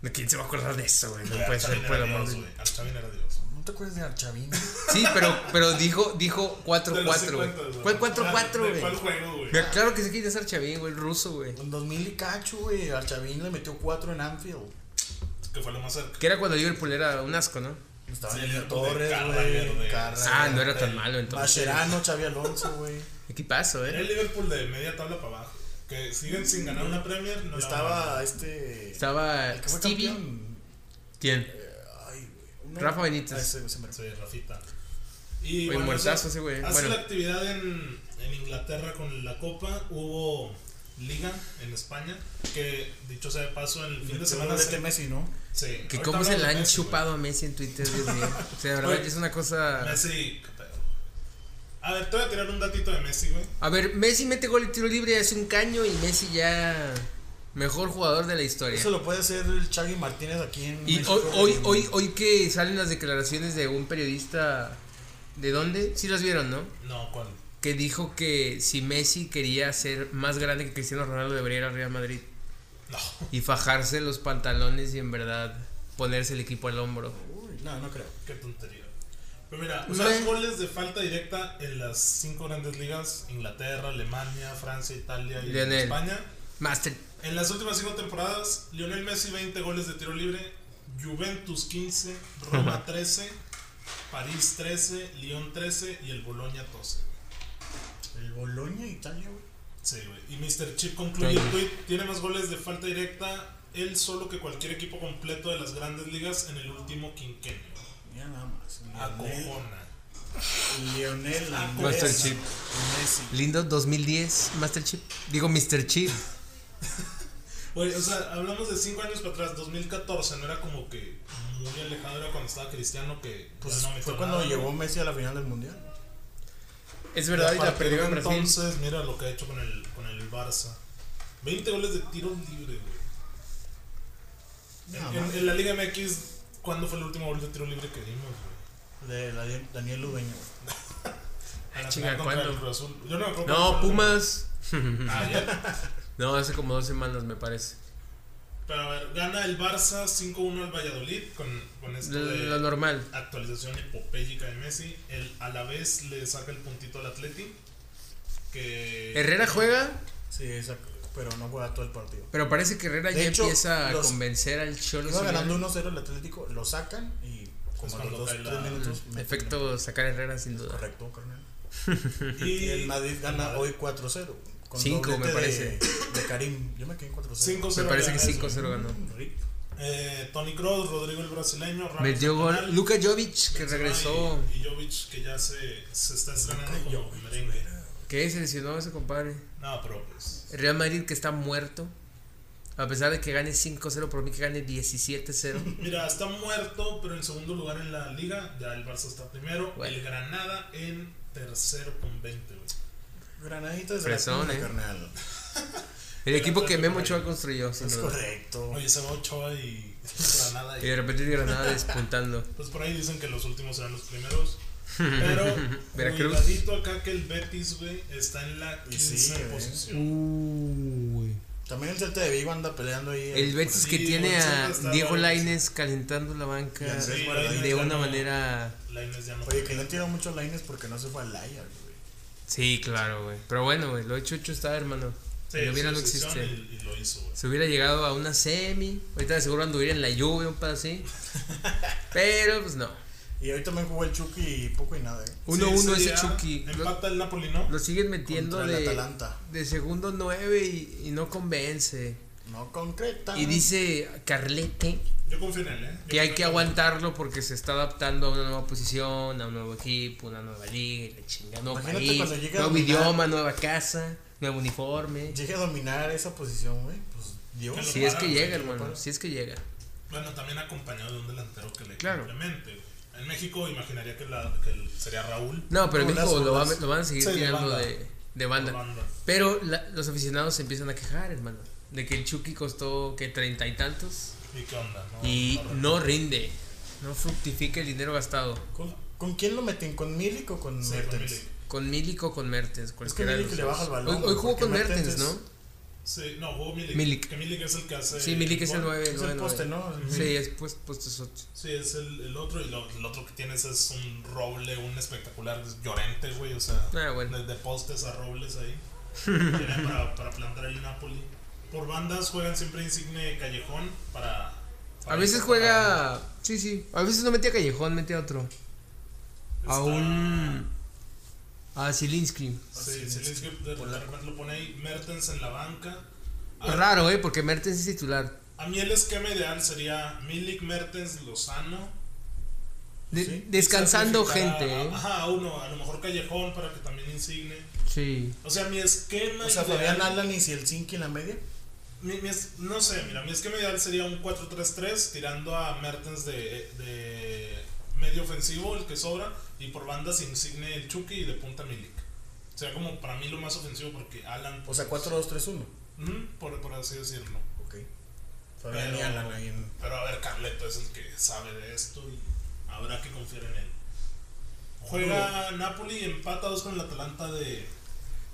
Speaker 3: ¿De quién se va a acordar de eso, güey? No puede ser, por el amor de-
Speaker 2: Al Chavín era Dios.
Speaker 1: ¿No te acuerdas de Archavín?
Speaker 3: Sí, pero, pero dijo, dijo
Speaker 2: De los
Speaker 3: 4-4,
Speaker 2: 50,
Speaker 3: güey. ¿Cuál
Speaker 2: Ah,
Speaker 3: 4-4,
Speaker 2: ¿de ¿Cuál
Speaker 3: güey?
Speaker 2: juego, güey?
Speaker 3: Mira, Claro que sí quién es Archavín, güey, el ruso, güey.
Speaker 1: En 2000 y cacho, güey. Archavín le metió 4 en Anfield.
Speaker 2: Que fue lo más cerca.
Speaker 3: Que era cuando Liverpool era un asco, ¿no?
Speaker 1: Estaba
Speaker 2: Sí,
Speaker 1: Emilio
Speaker 2: de
Speaker 1: Torres,
Speaker 2: Carragher,
Speaker 1: güey.
Speaker 2: de-
Speaker 1: Carragher,
Speaker 3: Ah, no era tan
Speaker 2: el
Speaker 3: malo entonces.
Speaker 1: Mascherano, Xavi Alonso, güey.
Speaker 3: Equipazo,
Speaker 2: Era
Speaker 3: ¿eh?
Speaker 2: el Liverpool de media tabla para abajo. Que siguen sin ganar una Premier. No la van a
Speaker 1: Estaba este.
Speaker 3: Estaba
Speaker 1: el que fue
Speaker 3: Stevie.
Speaker 1: campeón.
Speaker 3: ¿Quién?
Speaker 1: Eh, ay, güey, uno-
Speaker 3: Rafa Benítez.
Speaker 1: Ah, ese, güey se me
Speaker 2: ganar.
Speaker 1: fue.
Speaker 2: Sí, Rafita. Y
Speaker 3: Güey, muertazo
Speaker 2: eso-
Speaker 3: ese güey.
Speaker 2: Hace
Speaker 3: Bueno.
Speaker 2: la actividad en, en Inglaterra con la Copa. Hubo Liga en España. Que dicho sea de paso, en el fin de semana.
Speaker 1: de
Speaker 2: se-
Speaker 1: este Messi, ¿no?
Speaker 2: Sí.
Speaker 3: Que
Speaker 2: ahorita
Speaker 3: cómo se
Speaker 2: hablamos
Speaker 3: la
Speaker 2: de
Speaker 3: han
Speaker 2: Messi, güey.
Speaker 3: chupado a Messi en Twitter, Dios mío. O sea, de verdad
Speaker 2: Oye,
Speaker 3: que es una cosa.
Speaker 2: Messi, qué pedo. A ver, te voy a tirar un datito de Messi, güey.
Speaker 3: A ver, Messi mete gol y tiro libre, es un caño y Messi ya. Mejor jugador de la historia.
Speaker 1: Eso lo puede hacer el Chagui Martínez aquí en.
Speaker 3: Y
Speaker 1: México,
Speaker 3: hoy, hoy,
Speaker 1: en-
Speaker 3: hoy, hoy que salen las declaraciones de un periodista. ¿De dónde? Sí las vieron, ¿no?
Speaker 2: No, ¿cuál?
Speaker 3: Que dijo que si Messi quería ser más grande que Cristiano Ronaldo, debería ir al Real Madrid.
Speaker 2: No.
Speaker 3: Y fajarse los pantalones y en verdad ponerse el equipo al hombro.
Speaker 1: Uy, no, no creo.
Speaker 2: Qué tontería. Pero mira,
Speaker 3: No.
Speaker 2: usar goles de falta directa en las cinco grandes ligas, Inglaterra, Alemania, Francia, Italia y
Speaker 3: Lionel.
Speaker 2: España.
Speaker 3: Master.
Speaker 2: En las últimas cinco temporadas, Lionel Messi 20 goles de tiro libre, Juventus 15, Roma 13, París 13, Lyon 13 y el Boloña 12. güey.
Speaker 1: El Boloña, Italia, güey.
Speaker 2: Sí, güey. Y Mr. Chip concluye
Speaker 3: Ahí.
Speaker 2: el tweet. Tiene más goles de falta directa él solo que cualquier equipo completo de las grandes ligas en el último quinquenio.
Speaker 1: Mira nada más. Lionel,
Speaker 2: Acojona.
Speaker 1: Lionel Andrés,
Speaker 3: Master Chip.
Speaker 1: Messi.
Speaker 3: Lindo 2010, Master Chip. Digo, Mr. Chip.
Speaker 2: Güey, o sea, hablamos de 5 años para atrás, 2014, no era como que muy alejado, era cuando estaba Cristiano que
Speaker 1: Pues
Speaker 2: ya no metió
Speaker 1: fue cuando
Speaker 2: nada, ¿no?
Speaker 1: llegó Messi a la final del mundial.
Speaker 3: Es
Speaker 2: Y a
Speaker 3: verdad, y la
Speaker 2: partir
Speaker 3: perdió en
Speaker 2: de
Speaker 3: Brasil.
Speaker 2: Entonces, mira lo que ha hecho con el, con el Barça. 20 goles de tiro libre, güey.
Speaker 1: Nada
Speaker 2: En-
Speaker 1: más.
Speaker 2: en, en la Liga MX, ¿cuándo fue el último gol de tiro libre que dimos, güey?
Speaker 1: De la- Daniel Ludueño. güey.
Speaker 2: A la
Speaker 3: Ah, Chinga,
Speaker 2: final contra
Speaker 3: ¿cuándo?
Speaker 2: el Cruz Azul. Yo no me acuerdo
Speaker 3: No,
Speaker 2: cuándo fue.
Speaker 3: Pumas.
Speaker 2: Ah, ya.
Speaker 3: No, hace como dos semanas me parece.
Speaker 2: Pero a ver, gana el Barça 5-1 al Valladolid con, con
Speaker 1: Este
Speaker 2: esto de
Speaker 3: Lo normal.
Speaker 2: actualización epopéyica de Messi. El, a la vez le saca el puntito al Atleti. Que
Speaker 3: Herrera juega,
Speaker 1: Sí, esa- pero no juega todo el partido.
Speaker 3: pero parece que Herrera
Speaker 1: De
Speaker 3: ya
Speaker 1: hecho,
Speaker 3: empieza a
Speaker 1: los-
Speaker 3: convencer al Cholo.
Speaker 1: Iba ganando
Speaker 3: Simeone.
Speaker 1: 1-0 el Atlético, lo sacan y como a
Speaker 2: cuando
Speaker 1: los dos,
Speaker 2: cae la-
Speaker 1: tres minutos. meten
Speaker 3: Efecto sacar a Herrera sin
Speaker 1: el-
Speaker 3: duda.
Speaker 1: Correcto, carnal.
Speaker 2: y
Speaker 1: Y el Madrid gana hoy 4-0. Con
Speaker 3: Cinco,
Speaker 1: doblete
Speaker 3: me parece.
Speaker 1: De, de Karim. Yo me quedé en Mm, 4-0.
Speaker 2: 5
Speaker 3: Me parece que 5-0 ganó.
Speaker 1: Rip.
Speaker 2: Eh, Tony Kroos, Rodrigo el brasileño, Ramos
Speaker 3: Metió gol
Speaker 2: Canal,
Speaker 3: Luka Jovic, que
Speaker 2: Benzema
Speaker 3: regresó.
Speaker 2: Y, y Jovic que ya se, se está estrenando
Speaker 1: Luka
Speaker 2: como
Speaker 1: Jovic,
Speaker 2: merengue.
Speaker 3: Que se lesionó ese compadre.
Speaker 2: No, pero pues.
Speaker 3: El Real Madrid que está muerto. A pesar de que gane 5-0, por mí que gane 17-0.
Speaker 2: Mira, está muerto, pero en segundo lugar en la liga. Ya el Barça está primero.
Speaker 3: Bueno.
Speaker 2: El Granada en tercero con 20, güey.
Speaker 1: Granaditas de
Speaker 3: Fresón,
Speaker 1: la
Speaker 3: eh.
Speaker 1: cuna, carnal.
Speaker 3: El equipo que Memo Ochoa construyó, sin
Speaker 1: Es
Speaker 3: duda.
Speaker 1: correcto.
Speaker 2: Oye, se va Ochoa y Granada.
Speaker 3: Y de
Speaker 2: Y,
Speaker 3: repente el Granada despuntando.
Speaker 2: pues por ahí dicen que los últimos eran los primeros. Pero
Speaker 3: Veracruz.
Speaker 2: cuidadito acá que el Betis, güey, está en la
Speaker 1: Y sí,
Speaker 2: 15
Speaker 1: eh.
Speaker 2: posición.
Speaker 3: Uy.
Speaker 1: También el Celta de Vigo anda peleando ahí. eh,
Speaker 3: El Betis que
Speaker 2: Sí,
Speaker 3: tiene
Speaker 2: Bolsonaro
Speaker 3: a
Speaker 2: está
Speaker 3: Diego
Speaker 2: bueno, sí.
Speaker 3: Laines calentando la banca
Speaker 1: Y Andrés Guardado.
Speaker 3: de una manera.
Speaker 2: La Inés ya no.
Speaker 1: Oye, que no tiró mucho Laines porque no se fue al Laia, güey.
Speaker 3: Sí, claro, güey. Pero bueno, güey, lo hecho hecho está, hermano.
Speaker 2: Sí,
Speaker 3: Si lo hubiera,
Speaker 2: su
Speaker 3: no
Speaker 2: decisión
Speaker 3: existe.
Speaker 2: Y, y lo hizo, güey.
Speaker 3: Se hubiera llegado a una semi. Ahorita de seguro anduviera en la lluvia, un pedo así. Pero pues no.
Speaker 1: Y hoy también jugó el Chucky y poco y nada, eh.
Speaker 3: 1-1
Speaker 2: Sí,
Speaker 3: ese
Speaker 2: ya
Speaker 3: Chucky. Lo,
Speaker 2: Empata el Napoli, ¿no?
Speaker 3: lo siguen metiendo
Speaker 1: Contra el
Speaker 3: de,
Speaker 1: Atalanta.
Speaker 3: de segundo 9 y, y no convence.
Speaker 1: No concreta.
Speaker 3: Y dice Carlete
Speaker 2: Yo confío en él, ¿eh? Yo
Speaker 3: que hay
Speaker 2: confío
Speaker 3: que
Speaker 2: en él.
Speaker 3: aguantarlo porque se está adaptando a una nueva posición, a un nuevo equipo, una nueva liga, y la chingada, nuevo
Speaker 1: Imagínate
Speaker 3: país,
Speaker 1: cuando llegue a
Speaker 3: nuevo
Speaker 1: dominar.
Speaker 3: idioma, nueva casa, nuevo uniforme.
Speaker 1: Llegue a dominar esa posición, güey. Pues
Speaker 2: Que
Speaker 1: Dios.
Speaker 2: lo
Speaker 3: Si es
Speaker 2: paran,
Speaker 3: que
Speaker 2: güey,
Speaker 3: llega,
Speaker 2: que lo
Speaker 3: hermano,
Speaker 2: paran.
Speaker 3: si es que llega.
Speaker 2: Bueno, también acompañado de un delantero que le
Speaker 3: Claro.
Speaker 2: complemente. güey. En México imaginaría que, la, que el- sería Raúl.
Speaker 3: No, pero en
Speaker 1: Golazo,
Speaker 3: México lo, va-
Speaker 1: golazo.
Speaker 3: lo van a seguir
Speaker 2: Sí, de
Speaker 3: tirando
Speaker 2: banda.
Speaker 3: de, de banda.
Speaker 2: Holanda.
Speaker 3: Pero la- los aficionados se empiezan a quejar, hermano, de que el Chucky costó que treinta y tantos
Speaker 2: ¿Y qué onda? No,
Speaker 3: y
Speaker 2: no,
Speaker 3: no rinde, no fructifica el dinero gastado.
Speaker 1: ¿Con, con quién lo meten? ¿Con Milik o con
Speaker 2: Sí, con
Speaker 1: Mertens?
Speaker 2: Milik.
Speaker 3: Con Milik o con Mertens,
Speaker 1: que
Speaker 3: cualquiera de
Speaker 1: Milik
Speaker 3: los
Speaker 1: le
Speaker 3: dos.
Speaker 1: baja el balón,
Speaker 3: Hoy, hoy jugó
Speaker 1: porque
Speaker 3: con Mertens,
Speaker 1: Mertens
Speaker 3: ¿no?
Speaker 2: Sí, no, jugó Milik.
Speaker 3: Milik.
Speaker 2: Que Milik es el que hace.
Speaker 3: Sí, Milik es el
Speaker 2: gol.
Speaker 3: 9.
Speaker 1: Es el poste, ¿no?
Speaker 3: Sí, es pues, puestosote.
Speaker 2: Sí, es el, el otro. Y lo- el otro que tienes es un roble, un espectacular es llorente, güey. O sea,
Speaker 3: Ah, bueno.
Speaker 2: desde postes a robles ahí. Tienen para, para plantar el Napoli. Por bandas juegan siempre insigne callejón para.
Speaker 3: A
Speaker 2: para-
Speaker 3: veces
Speaker 2: para-
Speaker 3: juega. Sí, sí. A veces no metía a Callejón, metía a otro. A
Speaker 2: Está-
Speaker 3: un. A Zielinski.
Speaker 2: Ah, Sí, sí, es que de, de repente lo pone ahí Mertens en la banca. A,
Speaker 3: Raro, ¿eh? Porque Mertens es titular.
Speaker 2: a mí el esquema ideal sería Milik, Mertens, Lozano.
Speaker 3: De-
Speaker 1: Sí.
Speaker 3: Descansando
Speaker 2: Sacrificar
Speaker 3: gente,
Speaker 2: a-
Speaker 3: ¿eh?
Speaker 2: Ajá, a uno, a lo mejor Callejón para que también insigne.
Speaker 3: Sí.
Speaker 2: O sea, mi esquema.
Speaker 1: O sea,
Speaker 2: ideal-
Speaker 1: Fabián Alan y si el Zinc en la media.
Speaker 2: mi- mi es- no sé, mira, mi esquema ideal sería un 4-3-3 tirando a Mertens de, de medio ofensivo, el que sobra, y por bandas insigne el Chucky y de punta Milik. O sea, como para mí lo más ofensivo porque Alan.
Speaker 1: O sea, 4-2-3-1.
Speaker 2: Ujú, por, por así decirlo.
Speaker 1: Ok. Fabián y
Speaker 2: Pero-
Speaker 1: Alan ahí en.
Speaker 2: Pero a ver, Carleto es el que sabe de esto y habrá que confiar en él. Juega Napoli, empata 2 con el Atalanta de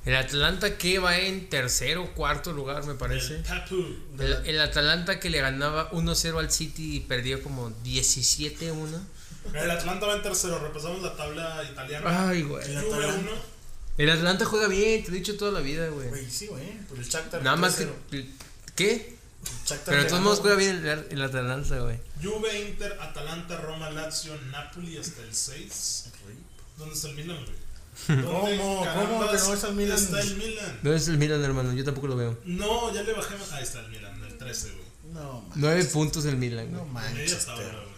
Speaker 3: El Atlanta que va en tercero o cuarto lugar, me parece.
Speaker 2: del Tapu.
Speaker 3: El, el Atalanta que le ganaba 1-0 al City y perdió como 17-1.
Speaker 2: El Atalanta va en tercero, repasamos la tabla
Speaker 1: Ah,
Speaker 2: italiana.
Speaker 3: Ay, güey.
Speaker 1: El
Speaker 2: Juve
Speaker 1: Atalanta.
Speaker 2: 1,
Speaker 3: El Atlanta juega bien, te lo he dicho toda la vida, güey.
Speaker 1: Güey, sí, güey. ¿eh? Por el Shakhtar.
Speaker 3: Nada más que.
Speaker 1: 3-0.
Speaker 3: ¿Qué?
Speaker 1: El Shakhtar
Speaker 3: Pero de
Speaker 1: le
Speaker 3: todos
Speaker 1: ganó,
Speaker 3: modos juega
Speaker 1: güey.
Speaker 3: bien el, el Atalanta, güey.
Speaker 2: Juve, Inter, Atalanta, Roma, Lazio, Napoli hasta el 6. ¿Dónde está el Milan, güey? ¿Dónde
Speaker 1: ¿Cómo?
Speaker 2: carambas
Speaker 1: ¿Cómo que no está el Milan?
Speaker 2: Está el Milan.
Speaker 3: No es el Milan, hermano? Yo tampoco lo veo.
Speaker 2: No, ya le bajé. más. Ahí está el Milan, el 13, güey.
Speaker 1: No, man-
Speaker 3: Nueve puntos el Milan,
Speaker 1: no
Speaker 3: güey.
Speaker 2: Yo ya estaba,
Speaker 1: Manchester.
Speaker 2: güey.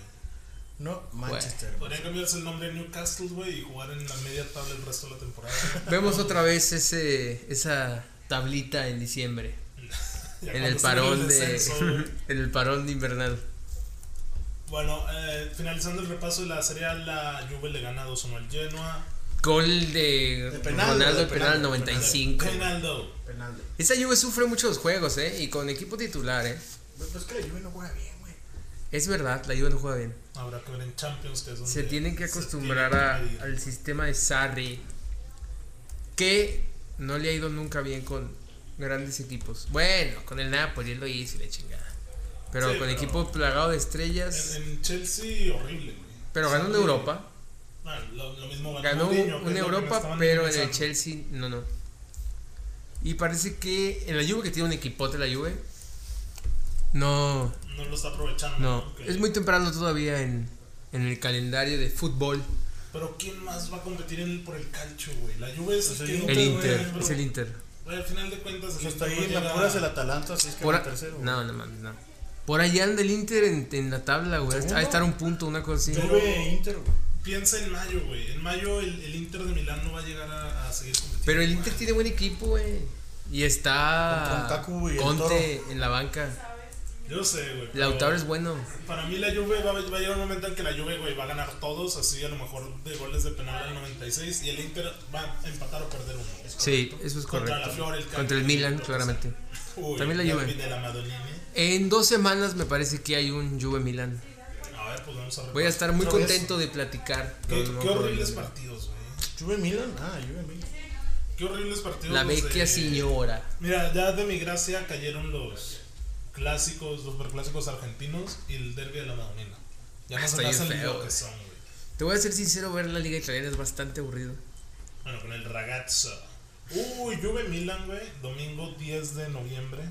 Speaker 1: No Manchester. güey.
Speaker 2: Podrían cambiarse el nombre a Newcastle, güey, y jugar en la media tabla el resto de la temporada. güey.
Speaker 3: Vemos otra vez ese, esa tablita en diciembre.
Speaker 2: Ya
Speaker 3: En
Speaker 2: cuando
Speaker 3: el
Speaker 2: esté
Speaker 3: parón
Speaker 2: el
Speaker 3: de.
Speaker 2: descenso, güey.
Speaker 3: En el parón de invernal.
Speaker 2: Bueno, eh, finalizando el repaso de la serie, A, la Juve le gana 2-1 al Genoa.
Speaker 3: Gol de,
Speaker 1: De penal,
Speaker 3: Ronaldo,
Speaker 1: de
Speaker 3: el penal
Speaker 1: penal,
Speaker 3: 95.
Speaker 2: Reinaldo.
Speaker 1: Penal.
Speaker 3: Esa Juve sufre muchos juegos, ¿eh? Y con equipo titular, ¿eh?
Speaker 1: Pero Pues es que la Juve no juega bien, güey.
Speaker 3: Es verdad, la Juve no juega bien.
Speaker 2: Habrá que ver en Champions, que es donde
Speaker 3: Se tienen que
Speaker 2: se
Speaker 3: acostumbrar
Speaker 2: tiene
Speaker 3: a-
Speaker 2: que medir.
Speaker 3: al sistema de Sarri, que no le ha ido nunca bien con grandes equipos. Bueno, con el Napoli él lo hizo y la chingada. Pero
Speaker 2: Sí,
Speaker 3: con
Speaker 2: pero-
Speaker 3: equipo plagado de estrellas.
Speaker 2: En, en Chelsea, horrible, güey.
Speaker 3: pero ganó en
Speaker 2: Sí.
Speaker 3: Europa.
Speaker 2: Bueno, lo, lo mismo
Speaker 3: Ganó
Speaker 2: Mourinho, que es lo
Speaker 3: en
Speaker 2: que me
Speaker 3: Europa,
Speaker 2: estaban
Speaker 3: pero en el
Speaker 2: minimizando.
Speaker 3: Chelsea no, no. Y parece que en la Juve, que tiene un equipote la Juve, no,
Speaker 2: No lo está aprovechando.
Speaker 3: no.
Speaker 2: Ok.
Speaker 3: Es muy temprano todavía en, en el calendario de fútbol.
Speaker 2: Pero ¿quién más va a competir en- por el calcio, güey? La Juve es
Speaker 1: Pues
Speaker 2: el,
Speaker 1: el
Speaker 2: que
Speaker 1: Inter,
Speaker 3: El
Speaker 2: güey,
Speaker 3: Inter,
Speaker 2: pero-
Speaker 3: es el Inter.
Speaker 2: Güey, al final de cuentas.
Speaker 1: O
Speaker 2: el
Speaker 1: sea, está
Speaker 2: Inter
Speaker 1: ahí
Speaker 2: no
Speaker 1: en
Speaker 2: llega-
Speaker 1: apuras el Atalanta, así es que
Speaker 3: Por
Speaker 1: va
Speaker 3: a-
Speaker 1: tercero.
Speaker 3: No, no mames, no. Por allá anda el Inter en, en la tabla, güey.
Speaker 1: Segundo.
Speaker 3: Va a estar un punto, una cosa así.
Speaker 1: Yo
Speaker 2: Pero-
Speaker 1: ve Inter, güey.
Speaker 2: Piensa en mayo, güey. En mayo el, el Inter de Milán no va a llegar a, a seguir compitiendo.
Speaker 3: Pero el
Speaker 2: güey.
Speaker 3: Inter tiene buen equipo, güey. Y
Speaker 1: Contra
Speaker 3: está
Speaker 1: un Taku y el
Speaker 3: Conte en la banca.
Speaker 2: Yo sé, güey. pero
Speaker 3: Lautaro es bueno.
Speaker 2: Para mí la Juve va, va a llegar un momento en que la Juve, güey, va a ganar todos, así a lo mejor de goles de penal al 96 y el Inter va a empatar o perder uno. Es
Speaker 3: Sí,
Speaker 2: correcto.
Speaker 3: eso es
Speaker 2: Contra
Speaker 3: correcto.
Speaker 2: la Fior, el Cagliari,
Speaker 3: Contra el Milan,
Speaker 2: todo eso.
Speaker 3: claramente.
Speaker 2: Uy,
Speaker 3: También la Juve.
Speaker 2: derbi de la Madonini.
Speaker 3: En dos semanas me parece que hay un Juve Milan.
Speaker 2: A ver, pues vamos a
Speaker 3: Voy a estar muy
Speaker 1: Otra vez.
Speaker 3: contento de platicar.
Speaker 2: Qué,
Speaker 3: No, no,
Speaker 2: qué
Speaker 3: no,
Speaker 2: horribles
Speaker 3: no, no.
Speaker 2: partidos, güey.
Speaker 1: Juve Milan, ah, Juve Milan.
Speaker 2: Qué horribles partidos.
Speaker 3: La
Speaker 2: los de-
Speaker 3: vecchia señora.
Speaker 2: Mira, ya de mi gracia cayeron los clásicos, los superclásicos argentinos y el derbi de la Madonina. Ya
Speaker 3: Ah,
Speaker 2: no
Speaker 3: está
Speaker 2: se me
Speaker 3: bien
Speaker 2: hacen
Speaker 3: feo,
Speaker 2: lo que
Speaker 3: güey.
Speaker 2: son, güey.
Speaker 3: Te voy a ser sincero, ver la liga italiana es bastante aburrido.
Speaker 2: Bueno, con el ragazzo. Uy, Juve Milan, güey. Domingo 10 de noviembre.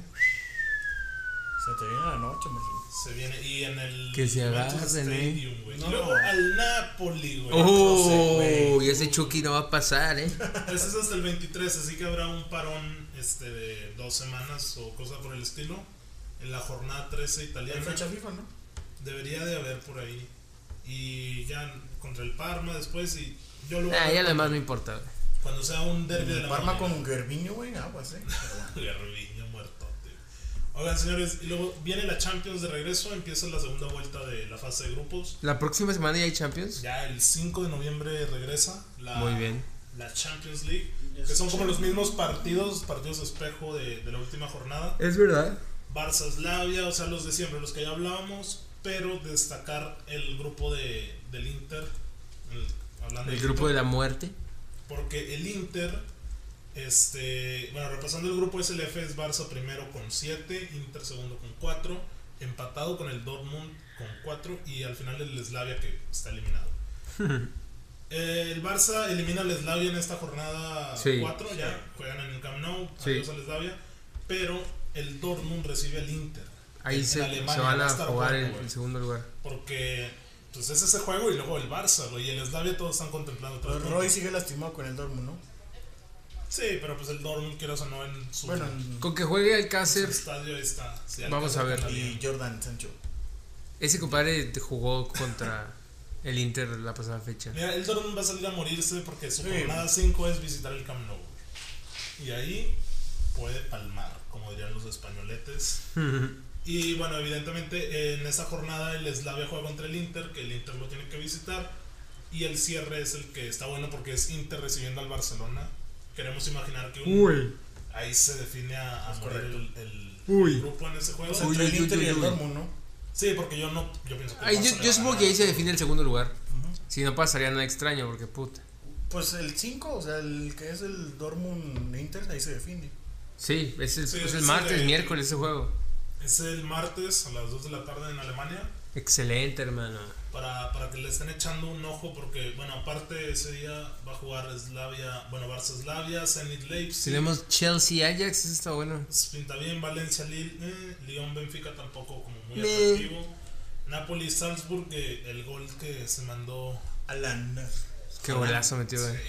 Speaker 1: Se te viene la noche, Marcelo.
Speaker 2: Se viene. Y en el.
Speaker 3: Que se
Speaker 2: Juventus
Speaker 3: agarren, eh.
Speaker 2: Stadium, güey.
Speaker 1: No.
Speaker 2: Luego al Napoli, güey.
Speaker 3: Oh, y ese Chucky no va a pasar, eh.
Speaker 2: Ese pues es hasta el 23, así que habrá un parón este, de dos semanas o cosa por el estilo. En la jornada 13
Speaker 1: Hay
Speaker 2: italiana.
Speaker 1: fecha FIFA, ¿no?
Speaker 2: Debería de haber por ahí. Y ya contra el Parma después. Y yo lo voy a
Speaker 3: Ah,
Speaker 2: ver
Speaker 3: ya lo demás no importa. güey.
Speaker 2: Cuando sea un derbi de
Speaker 1: El
Speaker 2: la
Speaker 1: Parma
Speaker 2: Madonina.
Speaker 1: con Gervinho, güey, aguas, eh.
Speaker 2: Garbiño muerto, tío. Oigan, señores, y luego viene la Champions de regreso, empieza la segunda vuelta de la fase de grupos.
Speaker 3: La próxima semana ya hay Champions.
Speaker 2: Ya el 5 de noviembre regresa la,
Speaker 3: Muy bien.
Speaker 2: la Champions League, que son como los mismos partidos, partidos espejo de, de la última jornada.
Speaker 3: Es verdad.
Speaker 2: Barça Slavia, o sea, los de siempre, los que ya hablábamos, pero destacar el grupo de, del Inter. el- hablando
Speaker 3: El
Speaker 2: del
Speaker 3: grupo de la muerte.
Speaker 2: porque el Inter, este, bueno, repasando el grupo es el F es Barça primero con 7, Inter segundo con 4, empatado con el Dortmund con 4 y al final el Slavia que está eliminado. Eh, el Barça elimina al Slavia en esta jornada
Speaker 3: Sí.
Speaker 2: 4, ya juegan en el Camp Nou,
Speaker 3: Sí.
Speaker 2: adiós al Slavia, pero el Dortmund recibe al Inter.
Speaker 3: Ahí
Speaker 2: En
Speaker 3: se,
Speaker 2: Alemania
Speaker 3: se van
Speaker 2: va
Speaker 3: a
Speaker 2: estar
Speaker 3: jugar
Speaker 2: bueno,
Speaker 3: el,
Speaker 2: güey.
Speaker 3: el segundo lugar.
Speaker 2: Porque pues es ese juego y luego el Barça, güey, y el Slavia todos están contemplando tres
Speaker 1: Pero
Speaker 2: puntos.
Speaker 1: Roy sigue lastimado con el Dortmund, ¿no?
Speaker 2: Sí, pero pues el Dortmund quieras o no en su
Speaker 1: Bueno,
Speaker 3: Con que juegue
Speaker 2: Su
Speaker 3: Alcácer,
Speaker 2: estadio está. sí, al
Speaker 3: Vamos a
Speaker 2: Camp
Speaker 3: ver.
Speaker 2: Nou
Speaker 1: y
Speaker 2: también.
Speaker 1: Jordan Sancho.
Speaker 3: ese compadre te jugó contra el Inter la pasada fecha.
Speaker 2: Mira, el Dortmund va a salir a morirse porque su
Speaker 1: Sí.
Speaker 2: jornada 5 es visitar el Camp Nou. Y ahí puede palmar, como dirían los españoletes. Y bueno, evidentemente en esa jornada el Slavia juega contra el Inter, que el Inter lo tiene que visitar. Y el cierre es el que está bueno porque es Inter recibiendo al Barcelona. Queremos imaginar que un-
Speaker 3: Uy.
Speaker 2: ahí se define a, a
Speaker 1: Es
Speaker 2: morir
Speaker 1: correcto.
Speaker 2: el, el
Speaker 3: Uy.
Speaker 2: grupo en ese juego.
Speaker 1: O sea,
Speaker 3: Uy,
Speaker 1: entre
Speaker 3: uy,
Speaker 1: el Inter
Speaker 3: uy,
Speaker 1: y el
Speaker 3: uy.
Speaker 1: Dortmund, ¿no?
Speaker 2: Sí, porque yo no. Yo pienso que. el
Speaker 3: Ahí
Speaker 2: Barça
Speaker 3: yo,
Speaker 2: le va
Speaker 3: yo
Speaker 2: a
Speaker 3: supongo
Speaker 2: ganar.
Speaker 3: que ahí se define el segundo lugar.
Speaker 1: Ujú.
Speaker 3: Si no pasaría nada extraño, porque puta.
Speaker 1: Pues el 5, o sea, el que es el Dortmund Inter, ahí se define.
Speaker 3: Sí, es el,
Speaker 2: Sí,
Speaker 3: es el
Speaker 2: sí,
Speaker 3: martes,
Speaker 2: de-
Speaker 3: miércoles ese juego.
Speaker 2: Es el martes a las 2 de la tarde en Alemania.
Speaker 3: Excelente, hermano.
Speaker 2: Para, para que le estén echando un ojo, porque, bueno, aparte ese día va a jugar Slavia, bueno, Barça Slavia, Zenit Leipzig. Pues,
Speaker 3: Tenemos Chelsea Ajax, eso está bueno.
Speaker 2: Pinta bien, Valencia Lille, eh, Lyon Benfica tampoco como muy
Speaker 3: Meh.
Speaker 2: atractivo. Napoli Salzburg, que el gol que se mandó.
Speaker 1: Alan.
Speaker 3: Qué golazo metió,
Speaker 2: Sí.
Speaker 3: güey.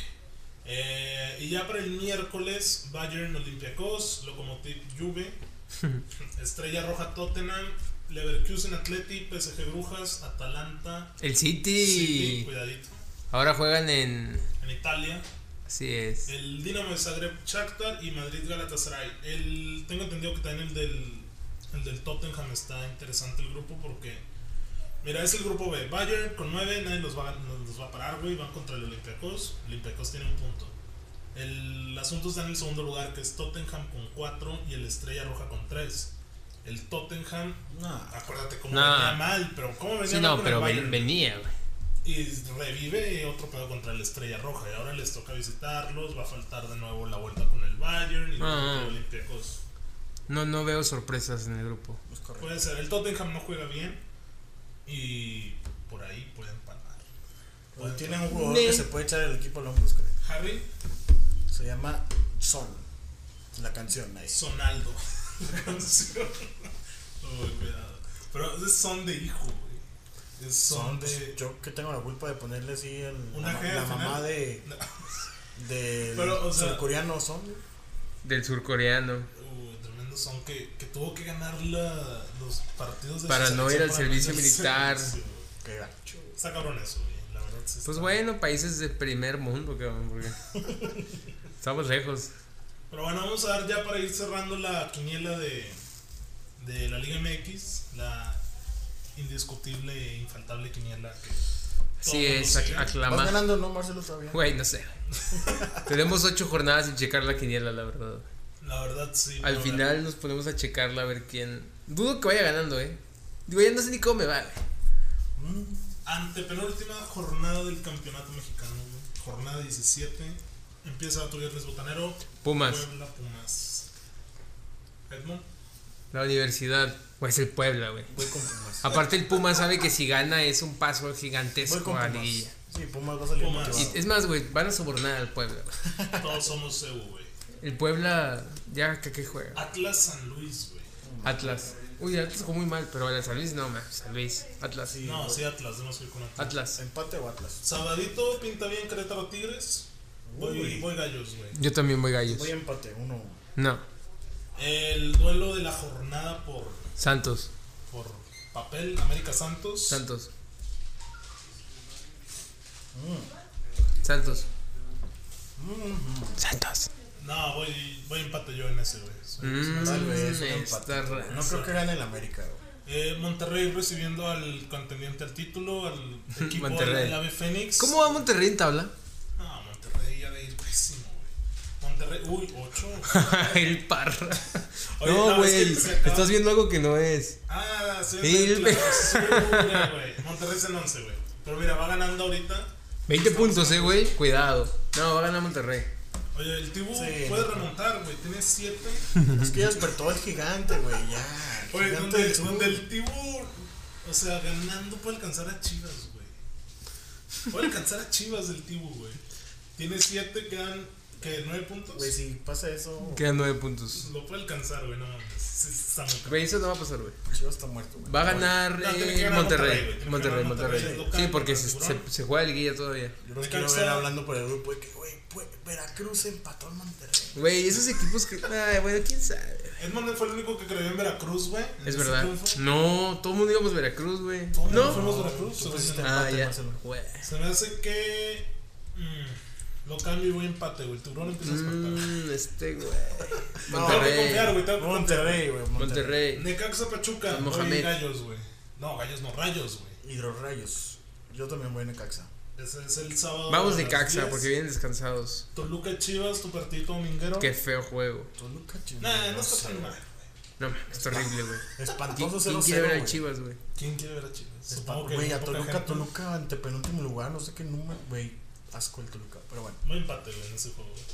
Speaker 2: Eh, y ya para el miércoles, Bayern Olympiacos, Lokomotiv Juve, Estrella Roja Tottenham, Leverkusen Atleti, PSG Brujas, Atalanta,
Speaker 3: El City.
Speaker 2: City, cuidadito,
Speaker 3: Ahora juegan en.
Speaker 2: en Italia,
Speaker 3: Así es.
Speaker 2: el Dinamo de Zagreb Shakhtar y Madrid Galatasaray. El, tengo entendido que también el del, el del Tottenham está interesante el grupo porque, mira, es el grupo B, Bayern con 9, nadie los va, a- los va a parar, güey, van contra el Olympiacos, Olympiacos tiene un punto. El asunto está en el segundo lugar, que es Tottenham con 4 y el Estrella Roja con 3. El Tottenham,
Speaker 1: No.
Speaker 2: acuérdate cómo
Speaker 3: Nah.
Speaker 2: venía mal, pero cómo venía
Speaker 3: Sí,
Speaker 2: mal
Speaker 3: no,
Speaker 2: con
Speaker 3: pero
Speaker 2: el
Speaker 3: ven-
Speaker 2: Bayern.
Speaker 3: venía, güey.
Speaker 2: Y revive otro pedo contra la Estrella Roja. Y ahora les toca visitarlos. Va a faltar de nuevo la vuelta con el Bayern y luego
Speaker 3: Ah.
Speaker 2: con el Olympiacos.
Speaker 3: No, no veo sorpresas en el grupo.
Speaker 1: Es correcto.
Speaker 2: Puede ser. El Tottenham no juega bien. Y por ahí pueden palmar.
Speaker 1: Pues tienen un jugador
Speaker 3: Ne.
Speaker 1: que se puede echar el equipo al hombro, creo.
Speaker 2: Harry
Speaker 1: Se llama Son. La canción ahí.
Speaker 2: Sonaldo. Canción. Uy, cuidado. Pero es son de hijo, güey. Es son de.
Speaker 1: pues, Yo que tengo la culpa de ponerle así el,
Speaker 2: Una
Speaker 1: la,
Speaker 2: G
Speaker 1: la
Speaker 2: al final.
Speaker 1: mamá de.
Speaker 2: No.
Speaker 1: del
Speaker 2: Pero, o sea-
Speaker 1: surcoreano Son.
Speaker 3: del surcoreano.
Speaker 2: Uh, tremendo son que, que tuvo que ganar la- los partidos de
Speaker 3: Para
Speaker 2: su
Speaker 3: no ir
Speaker 2: selección
Speaker 3: al
Speaker 2: para
Speaker 3: servicio
Speaker 2: no ir al
Speaker 3: militar.
Speaker 2: servicio, güey.
Speaker 1: Qué gacho.
Speaker 2: Está cabrón eso, güey. La verdad sí
Speaker 3: Pues
Speaker 2: está-
Speaker 3: bueno, países de primer mundo, cabrón, porque estamos lejos.
Speaker 2: Pero bueno, vamos a dar ya para ir cerrando la quiniela de, de la Liga MX, la indiscutible e infaltable quiniela que
Speaker 3: Así
Speaker 2: Todo
Speaker 3: es,
Speaker 2: lo
Speaker 3: ac-
Speaker 2: sé.
Speaker 1: ¿Vas
Speaker 3: aclama.
Speaker 1: ganando o no, Marcelo? Todavía.
Speaker 3: Güey, no sé. Tenemos ocho jornadas sin checar la quiniela, la verdad.
Speaker 2: la verdad sí.
Speaker 3: Al
Speaker 2: la
Speaker 3: final nos ponemos a checarla a ver quién. Dudo que vaya ganando, eh. Digo, ya no sé ni cómo me va, güey.
Speaker 2: Mm. Antepenúltima jornada del campeonato mexicano, güey. jornada 17. Empieza tu viernes botanero.
Speaker 3: Pumas,
Speaker 2: Puebla Pumas. Edmond.
Speaker 3: la universidad. Güey, es el Puebla, güey.
Speaker 1: Voy con Pumas.
Speaker 3: Aparte, el Pumas sabe que si gana es un paso
Speaker 1: Voy
Speaker 3: gigantesco
Speaker 1: con
Speaker 3: a la
Speaker 1: Pumas.
Speaker 3: liguilla.
Speaker 1: Sí, Pumas va a salir
Speaker 2: Pumas.
Speaker 1: motivado.
Speaker 3: Y es más, güey, van a sobornar al Puebla. güey.
Speaker 2: Todos somos EU, güey.
Speaker 3: El Puebla, ya que, que juega.
Speaker 2: Atlas San Luis, güey.
Speaker 3: Atlas. Uy, Atlas jugó muy mal, pero el San Luis no, man. San Luis, Atlas.
Speaker 1: Sí.
Speaker 2: No, sí, Atlas, tenemos que ir con Atlas.
Speaker 3: Atlas.
Speaker 1: ¿Empate o Atlas?
Speaker 2: Sabadito pinta bien Querétaro Tigres. Voy,
Speaker 1: Uy.
Speaker 2: voy gallos, güey.
Speaker 3: Yo también voy gallos.
Speaker 1: Voy a empate, uno.
Speaker 3: No,
Speaker 2: El duelo de la jornada por,
Speaker 3: Santos.
Speaker 2: por papel, América Santos.
Speaker 3: Santos.
Speaker 1: Mm.
Speaker 3: Santos. Santos.
Speaker 2: No, voy, voy empate yo en ese, güey. Soy-
Speaker 3: Mm,
Speaker 1: Tal vez un
Speaker 3: está
Speaker 1: empate.
Speaker 3: raro.
Speaker 1: No creo que gane el América, güey.
Speaker 2: Eh, Monterrey recibiendo al contendiente al título, al equipo
Speaker 3: Monterrey.
Speaker 2: del Ave Fénix.
Speaker 3: ¿Cómo va Monterrey en tabla?
Speaker 2: No, Monterrey ya de ir pésimo, güey. Monterrey, uy, 8.
Speaker 3: el parra.
Speaker 2: Oye,
Speaker 3: no,
Speaker 2: no, es que
Speaker 3: güey.
Speaker 2: se acaba-
Speaker 3: Estás viendo algo que no es.
Speaker 2: Ah, sí,
Speaker 3: Sí,
Speaker 2: es
Speaker 3: el-
Speaker 2: la basura, güey. Monterrey es en 11, güey. Pero mira, va ganando ahorita.
Speaker 3: 20 puntos, eh, güey. Cuidado. No, va a ganar Monterrey.
Speaker 2: Oye, el Tibu
Speaker 1: Sí.
Speaker 2: puede remontar, güey. Tiene 7.
Speaker 1: Es que ya despertó el gigante, güey, ya. El
Speaker 2: Oye,
Speaker 1: gigante
Speaker 2: donde,
Speaker 1: del sur.
Speaker 2: donde el Tibu, o sea, ganando puede alcanzar a Chivas, güey. Puede alcanzar a Chivas el Tibu, güey. Tiene 7, quedan, que 9 puntos. Pues
Speaker 1: Güey, si pasa eso,
Speaker 3: Quedan 9 puntos.
Speaker 2: Lo puede alcanzar, güey, no mames. Sí, Está muy cabrón.
Speaker 3: Güey, eso no va a pasar, güey.
Speaker 1: Chivas está pues muerto, güey.
Speaker 3: Va a ganar
Speaker 2: No, tiene que
Speaker 3: eh,
Speaker 2: ganar Monterrey, güey.
Speaker 3: Monterrey.
Speaker 2: Tiene que
Speaker 3: Monterrey,
Speaker 2: ganar Monterrey.
Speaker 3: Monterrey.
Speaker 2: Es local,
Speaker 3: Sí, porque
Speaker 2: pero
Speaker 3: se,
Speaker 2: tiburón.
Speaker 3: se- se juega el guía todavía.
Speaker 1: Yo no
Speaker 2: Necaxa-
Speaker 1: quiero ver hablando por el grupo de que, güey, pues, Veracruz empató al Monterrey.
Speaker 3: Güey, esos equipos que. Ay, bueno, quién sabe.
Speaker 2: Edmond fue el único que creyó en Veracruz, güey. en
Speaker 3: Es
Speaker 2: ese
Speaker 3: verdad.
Speaker 2: triunfo.
Speaker 3: No, todo el mundo íbamos a Veracruz, güey.
Speaker 2: Todo el mundo
Speaker 3: No.
Speaker 2: Fuimos Veracruz,
Speaker 1: Tú
Speaker 2: güey.
Speaker 1: pusiste
Speaker 3: Ah,
Speaker 1: empate,
Speaker 3: ya.
Speaker 1: Marcelo.
Speaker 3: Güey.
Speaker 2: Se me hace que. mm, lo cambio y voy a empate, güey. El tiburón empieza a despertar.
Speaker 3: Mm, este, güey.
Speaker 1: No,
Speaker 2: Tengo que confiar,
Speaker 3: Monterrey.
Speaker 2: güey. tengo que
Speaker 1: Monterrey, güey.
Speaker 3: Monterrey.
Speaker 2: Necaxa Pachuca,
Speaker 3: San
Speaker 2: voy
Speaker 3: Mohamed.
Speaker 2: gallos, güey. No, gallos no, rayos, güey.
Speaker 1: Hidrorrayos. Yo también voy a Necaxa.
Speaker 2: Ese es el sábado.
Speaker 3: Vamos
Speaker 2: a
Speaker 3: de
Speaker 2: las
Speaker 3: Caxa
Speaker 2: 10.
Speaker 3: porque vienen descansados.
Speaker 2: Toluca Chivas, tu partido dominguero.
Speaker 3: Qué feo juego.
Speaker 1: Toluca, chingón.
Speaker 2: Nah, no
Speaker 1: sé,
Speaker 2: está tan
Speaker 1: güey.
Speaker 2: mal, güey.
Speaker 3: No mames, está horrible, güey. ¿Quién,
Speaker 1: Espantoso 0-0.
Speaker 3: quién quiere ver al
Speaker 1: güey.
Speaker 3: Chivas, güey?
Speaker 2: ¿Quién quiere ver a Chivas? Supongo que
Speaker 1: Güey,
Speaker 2: muy
Speaker 1: a
Speaker 2: poca
Speaker 1: Toluca,
Speaker 2: gente.
Speaker 1: Toluca, ante penúltimo lugar, no sé qué número. Güey, asco el Toluca, pero bueno.
Speaker 2: Voy a empate, güey, en ese juego, güey.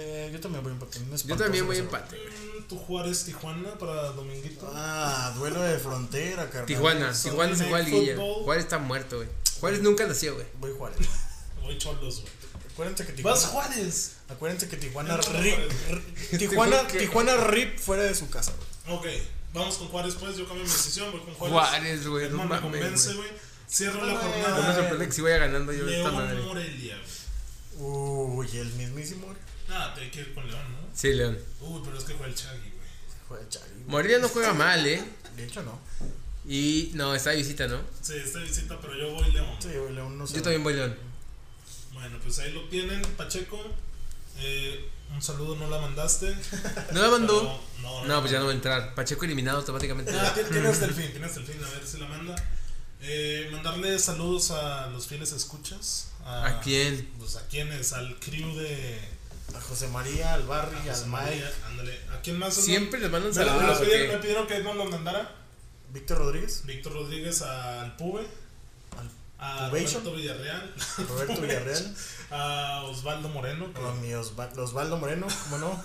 Speaker 1: Eh, yo también voy a empate. un
Speaker 3: Yo
Speaker 1: espantoso
Speaker 3: también voy a
Speaker 1: 0-0.
Speaker 3: empate, güey.
Speaker 2: Mm, Tu Juárez Tijuana para dominguito.
Speaker 1: Ah, duelo de frontera, carnal.
Speaker 3: Tijuana,
Speaker 2: Sunday
Speaker 3: Tijuana se
Speaker 2: Night
Speaker 3: juega al Guilla.
Speaker 2: Football.
Speaker 3: Juárez está muerto, güey. Juárez nunca nació, güey.
Speaker 1: Voy Juárez.
Speaker 2: Voy cholos, güey.
Speaker 1: Acuérdense que
Speaker 2: Vas
Speaker 1: Tijuana.
Speaker 2: Juárez.
Speaker 1: Acuérdense que Tijuana
Speaker 2: No, no,
Speaker 1: rip.
Speaker 2: no,
Speaker 1: r- Tijuana,
Speaker 3: Porque-
Speaker 1: Tijuana rip fuera de su casa, güey.
Speaker 2: Ok, vamos con Juárez, pues. Yo cambio mi decisión, voy con Juárez.
Speaker 3: Juárez, güey. No
Speaker 2: Edmond me convence,
Speaker 3: mames, güey.
Speaker 2: güey. Cierro la
Speaker 1: No,
Speaker 3: No me
Speaker 2: jornada.
Speaker 3: sorprende que si vaya ganando yo esta
Speaker 2: León
Speaker 3: madre.
Speaker 2: Morelia, güey.
Speaker 1: Uy, el mismísimo.
Speaker 2: Nada, te hay que ir con León, ¿no?
Speaker 3: Sí, León.
Speaker 2: Uy, pero es que fue el Chagui, güey.
Speaker 1: Fue el Chari, güey.
Speaker 3: Morelia no juega mal, eh.
Speaker 1: De hecho, no.
Speaker 3: Y no, está de visita, ¿no?
Speaker 2: Sí, esta visita, pero yo voy León.
Speaker 1: Sí, güey, León no sé.
Speaker 3: Yo también voy León.
Speaker 2: Bueno, pues ahí lo tienen, Pacheco. Eh, un saludo, no la mandaste.
Speaker 3: ¿No la mandó?
Speaker 2: Pero No,
Speaker 3: No, pues ya no Mm. va a entrar. Pacheco eliminado automáticamente.
Speaker 2: Ah, ti- tiene hasta el fin, tiene hasta el fin, a ver si la manda. Eh, mandarle saludos a los fieles escuchas. A,
Speaker 3: ¿A quién?
Speaker 2: Pues a quienes, al crew de.
Speaker 1: A José María, al Barry,
Speaker 2: José
Speaker 1: al Mike,
Speaker 2: María, Ándale, ¿a quién más?
Speaker 3: Siempre les
Speaker 2: Me,
Speaker 3: mandan
Speaker 2: me
Speaker 3: saludos. ¿o
Speaker 2: pidieron, me
Speaker 3: qué?
Speaker 2: pidieron que no lo mandara.
Speaker 1: Víctor Rodríguez,
Speaker 2: Víctor Rodríguez al Pube.
Speaker 1: al
Speaker 2: A
Speaker 1: Pubation.
Speaker 2: Roberto Villarreal.
Speaker 1: Roberto Villarreal,
Speaker 2: A Osvaldo Moreno. que-
Speaker 1: a mi Osva- Osvaldo Moreno, ¿cómo no?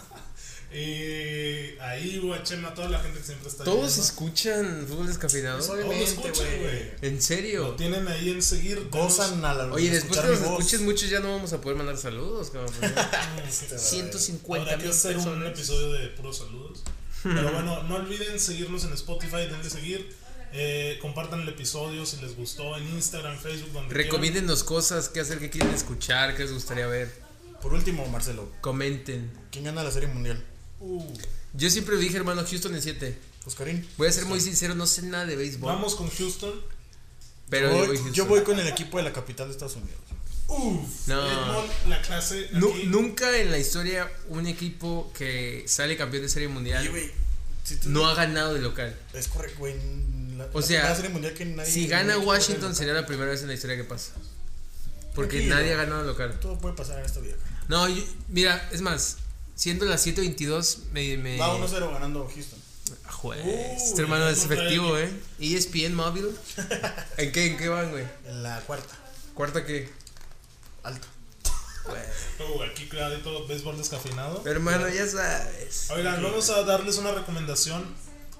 Speaker 2: Y ahí, güey, a Chema, a toda la gente que siempre está
Speaker 3: Todos
Speaker 2: viendo.
Speaker 3: escuchan fútbol descafeinado.
Speaker 2: Todos
Speaker 1: Obviamente,
Speaker 2: escuchan, güey.
Speaker 1: güey.
Speaker 3: ¿En
Speaker 2: Lo
Speaker 3: serio?
Speaker 2: tienen ahí en seguir.
Speaker 1: Gozan a la
Speaker 3: Oye,
Speaker 1: de
Speaker 3: después que
Speaker 1: escuchar
Speaker 3: nos
Speaker 1: mi voz.
Speaker 3: escuchen muchos ya no vamos a poder mandar saludos, cabrón. porque
Speaker 2: Este,
Speaker 3: 150
Speaker 2: Habrá
Speaker 3: mil
Speaker 2: que hacer un
Speaker 3: personas.
Speaker 2: episodio de puros saludos. Pero bueno, no olviden seguirnos en Spotify, denle seguir. eh, compartan el episodio si les gustó en Instagram, Facebook, donde quieran.
Speaker 3: Recomiéndennos cosas que hacer que quieren escuchar, que les gustaría ver.
Speaker 1: Por último, Marcelo,
Speaker 3: Comenten.
Speaker 1: ¿quién gana la serie mundial?
Speaker 2: Uh,
Speaker 3: Yo siempre dije, hermano, Houston en 7.
Speaker 1: Oscarín.
Speaker 3: Voy a ser muy sincero, no sé nada de béisbol.
Speaker 2: vamos con Houston.
Speaker 3: pero
Speaker 1: Voy-
Speaker 3: yo voy Houston.
Speaker 1: yo voy con el equipo de la capital de Estados Unidos.
Speaker 2: Uf,
Speaker 3: No.
Speaker 2: béisbol, la clase.
Speaker 3: Nu-
Speaker 2: aquí.
Speaker 3: nunca en la historia un equipo que sale campeón de serie mundial
Speaker 1: Oye, güey, si tú-
Speaker 3: no ha ganado de local.
Speaker 1: Es correcto, güey. La,
Speaker 3: O
Speaker 1: la
Speaker 3: sea,
Speaker 1: primera serie mundial que nadie.
Speaker 3: Si gana
Speaker 1: nadie
Speaker 3: Washington
Speaker 1: puede
Speaker 3: será la primera vez en la historia que pasa. Porque
Speaker 1: Tranquilo.
Speaker 3: nadie ha ganado de local.
Speaker 1: ganar. Todo puede pasar en esta vida.
Speaker 3: No, yo- mira, es más, siendo las 7.22 me... me
Speaker 1: Va 1-0 ganando Houston.
Speaker 3: Joder,
Speaker 2: Uy,
Speaker 3: este hermano es
Speaker 2: no trae
Speaker 3: efectivo, ¿eh? ESPN Mobile. ¿En qué, en qué van, güey?
Speaker 1: En la cuarta,
Speaker 3: ¿Cuarta qué?
Speaker 1: alta.
Speaker 2: Uh, aquí clarito, béisbol descafeinado.
Speaker 3: Hermano, ya sabes.
Speaker 2: Oigan, vamos a darles una recomendación.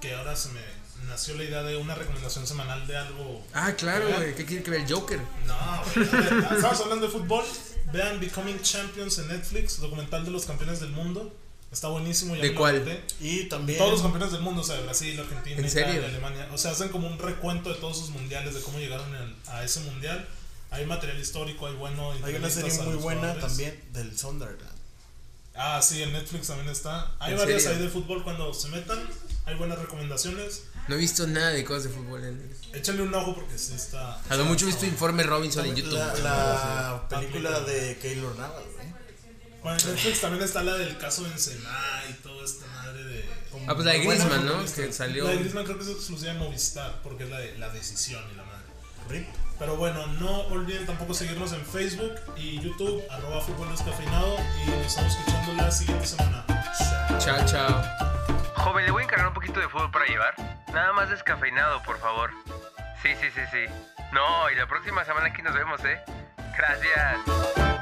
Speaker 2: Que ahora se me nació la idea de una recomendación semanal de algo.
Speaker 3: Ah, claro, güey. ¿Qué quiere que ver el Joker?
Speaker 2: No, güey, a ver, estamos hablando de fútbol. Vean Becoming Champions en Netflix, documental de los campeones del mundo. Está buenísimo. ya
Speaker 3: ¿De
Speaker 2: me lo
Speaker 3: cuál?
Speaker 2: aventé.
Speaker 1: Y también.
Speaker 2: Todos los campeones del mundo, o sea, Brasil, Argentina,
Speaker 3: ¿En
Speaker 2: Italia,
Speaker 3: serio?
Speaker 2: Alemania. O sea, hacen como un recuento de todos sus mundiales, de cómo llegaron al- a ese mundial. Hay material histórico, hay bueno.
Speaker 1: Hay una
Speaker 2: entrevistas
Speaker 1: serie
Speaker 2: a
Speaker 1: muy
Speaker 2: los
Speaker 1: buena
Speaker 2: jugadores.
Speaker 1: también del Sunderland.
Speaker 2: Ah, sí, en Netflix también está. Hay
Speaker 3: ¿En
Speaker 2: varias
Speaker 3: serio?
Speaker 2: ahí de fútbol cuando se metan. Hay buenas recomendaciones.
Speaker 3: No he visto nada de cosas de fútbol. En
Speaker 2: Échale un ojo porque sí está.
Speaker 3: A lo mucho he visto Informe Robinson en YouTube.
Speaker 1: La, la película
Speaker 2: Ah, sí.
Speaker 1: de Keylor Navas, güey.
Speaker 2: Bueno, en Netflix también está la del caso Benzema y toda esta madre de.
Speaker 3: Ah, pues la de
Speaker 1: Muy buena
Speaker 3: Griezmann, ¿no?
Speaker 1: futbolista.
Speaker 3: Que salió.
Speaker 2: La de Griezmann creo que es exclusiva de Movistar porque es la de la decisión y la madre.
Speaker 1: Rip.
Speaker 2: Pero bueno, no olviden tampoco seguirnos en Facebook y YouTube, arroba fútbol descafeinado y nos estamos escuchando la siguiente semana.
Speaker 3: Chao, chao.
Speaker 4: Joven, le voy a encargar un poquito de fútbol para llevar. Nada más descafeinado, por favor. Sí, sí, sí, sí. No, y la próxima semana aquí nos vemos, ¿eh? Gracias.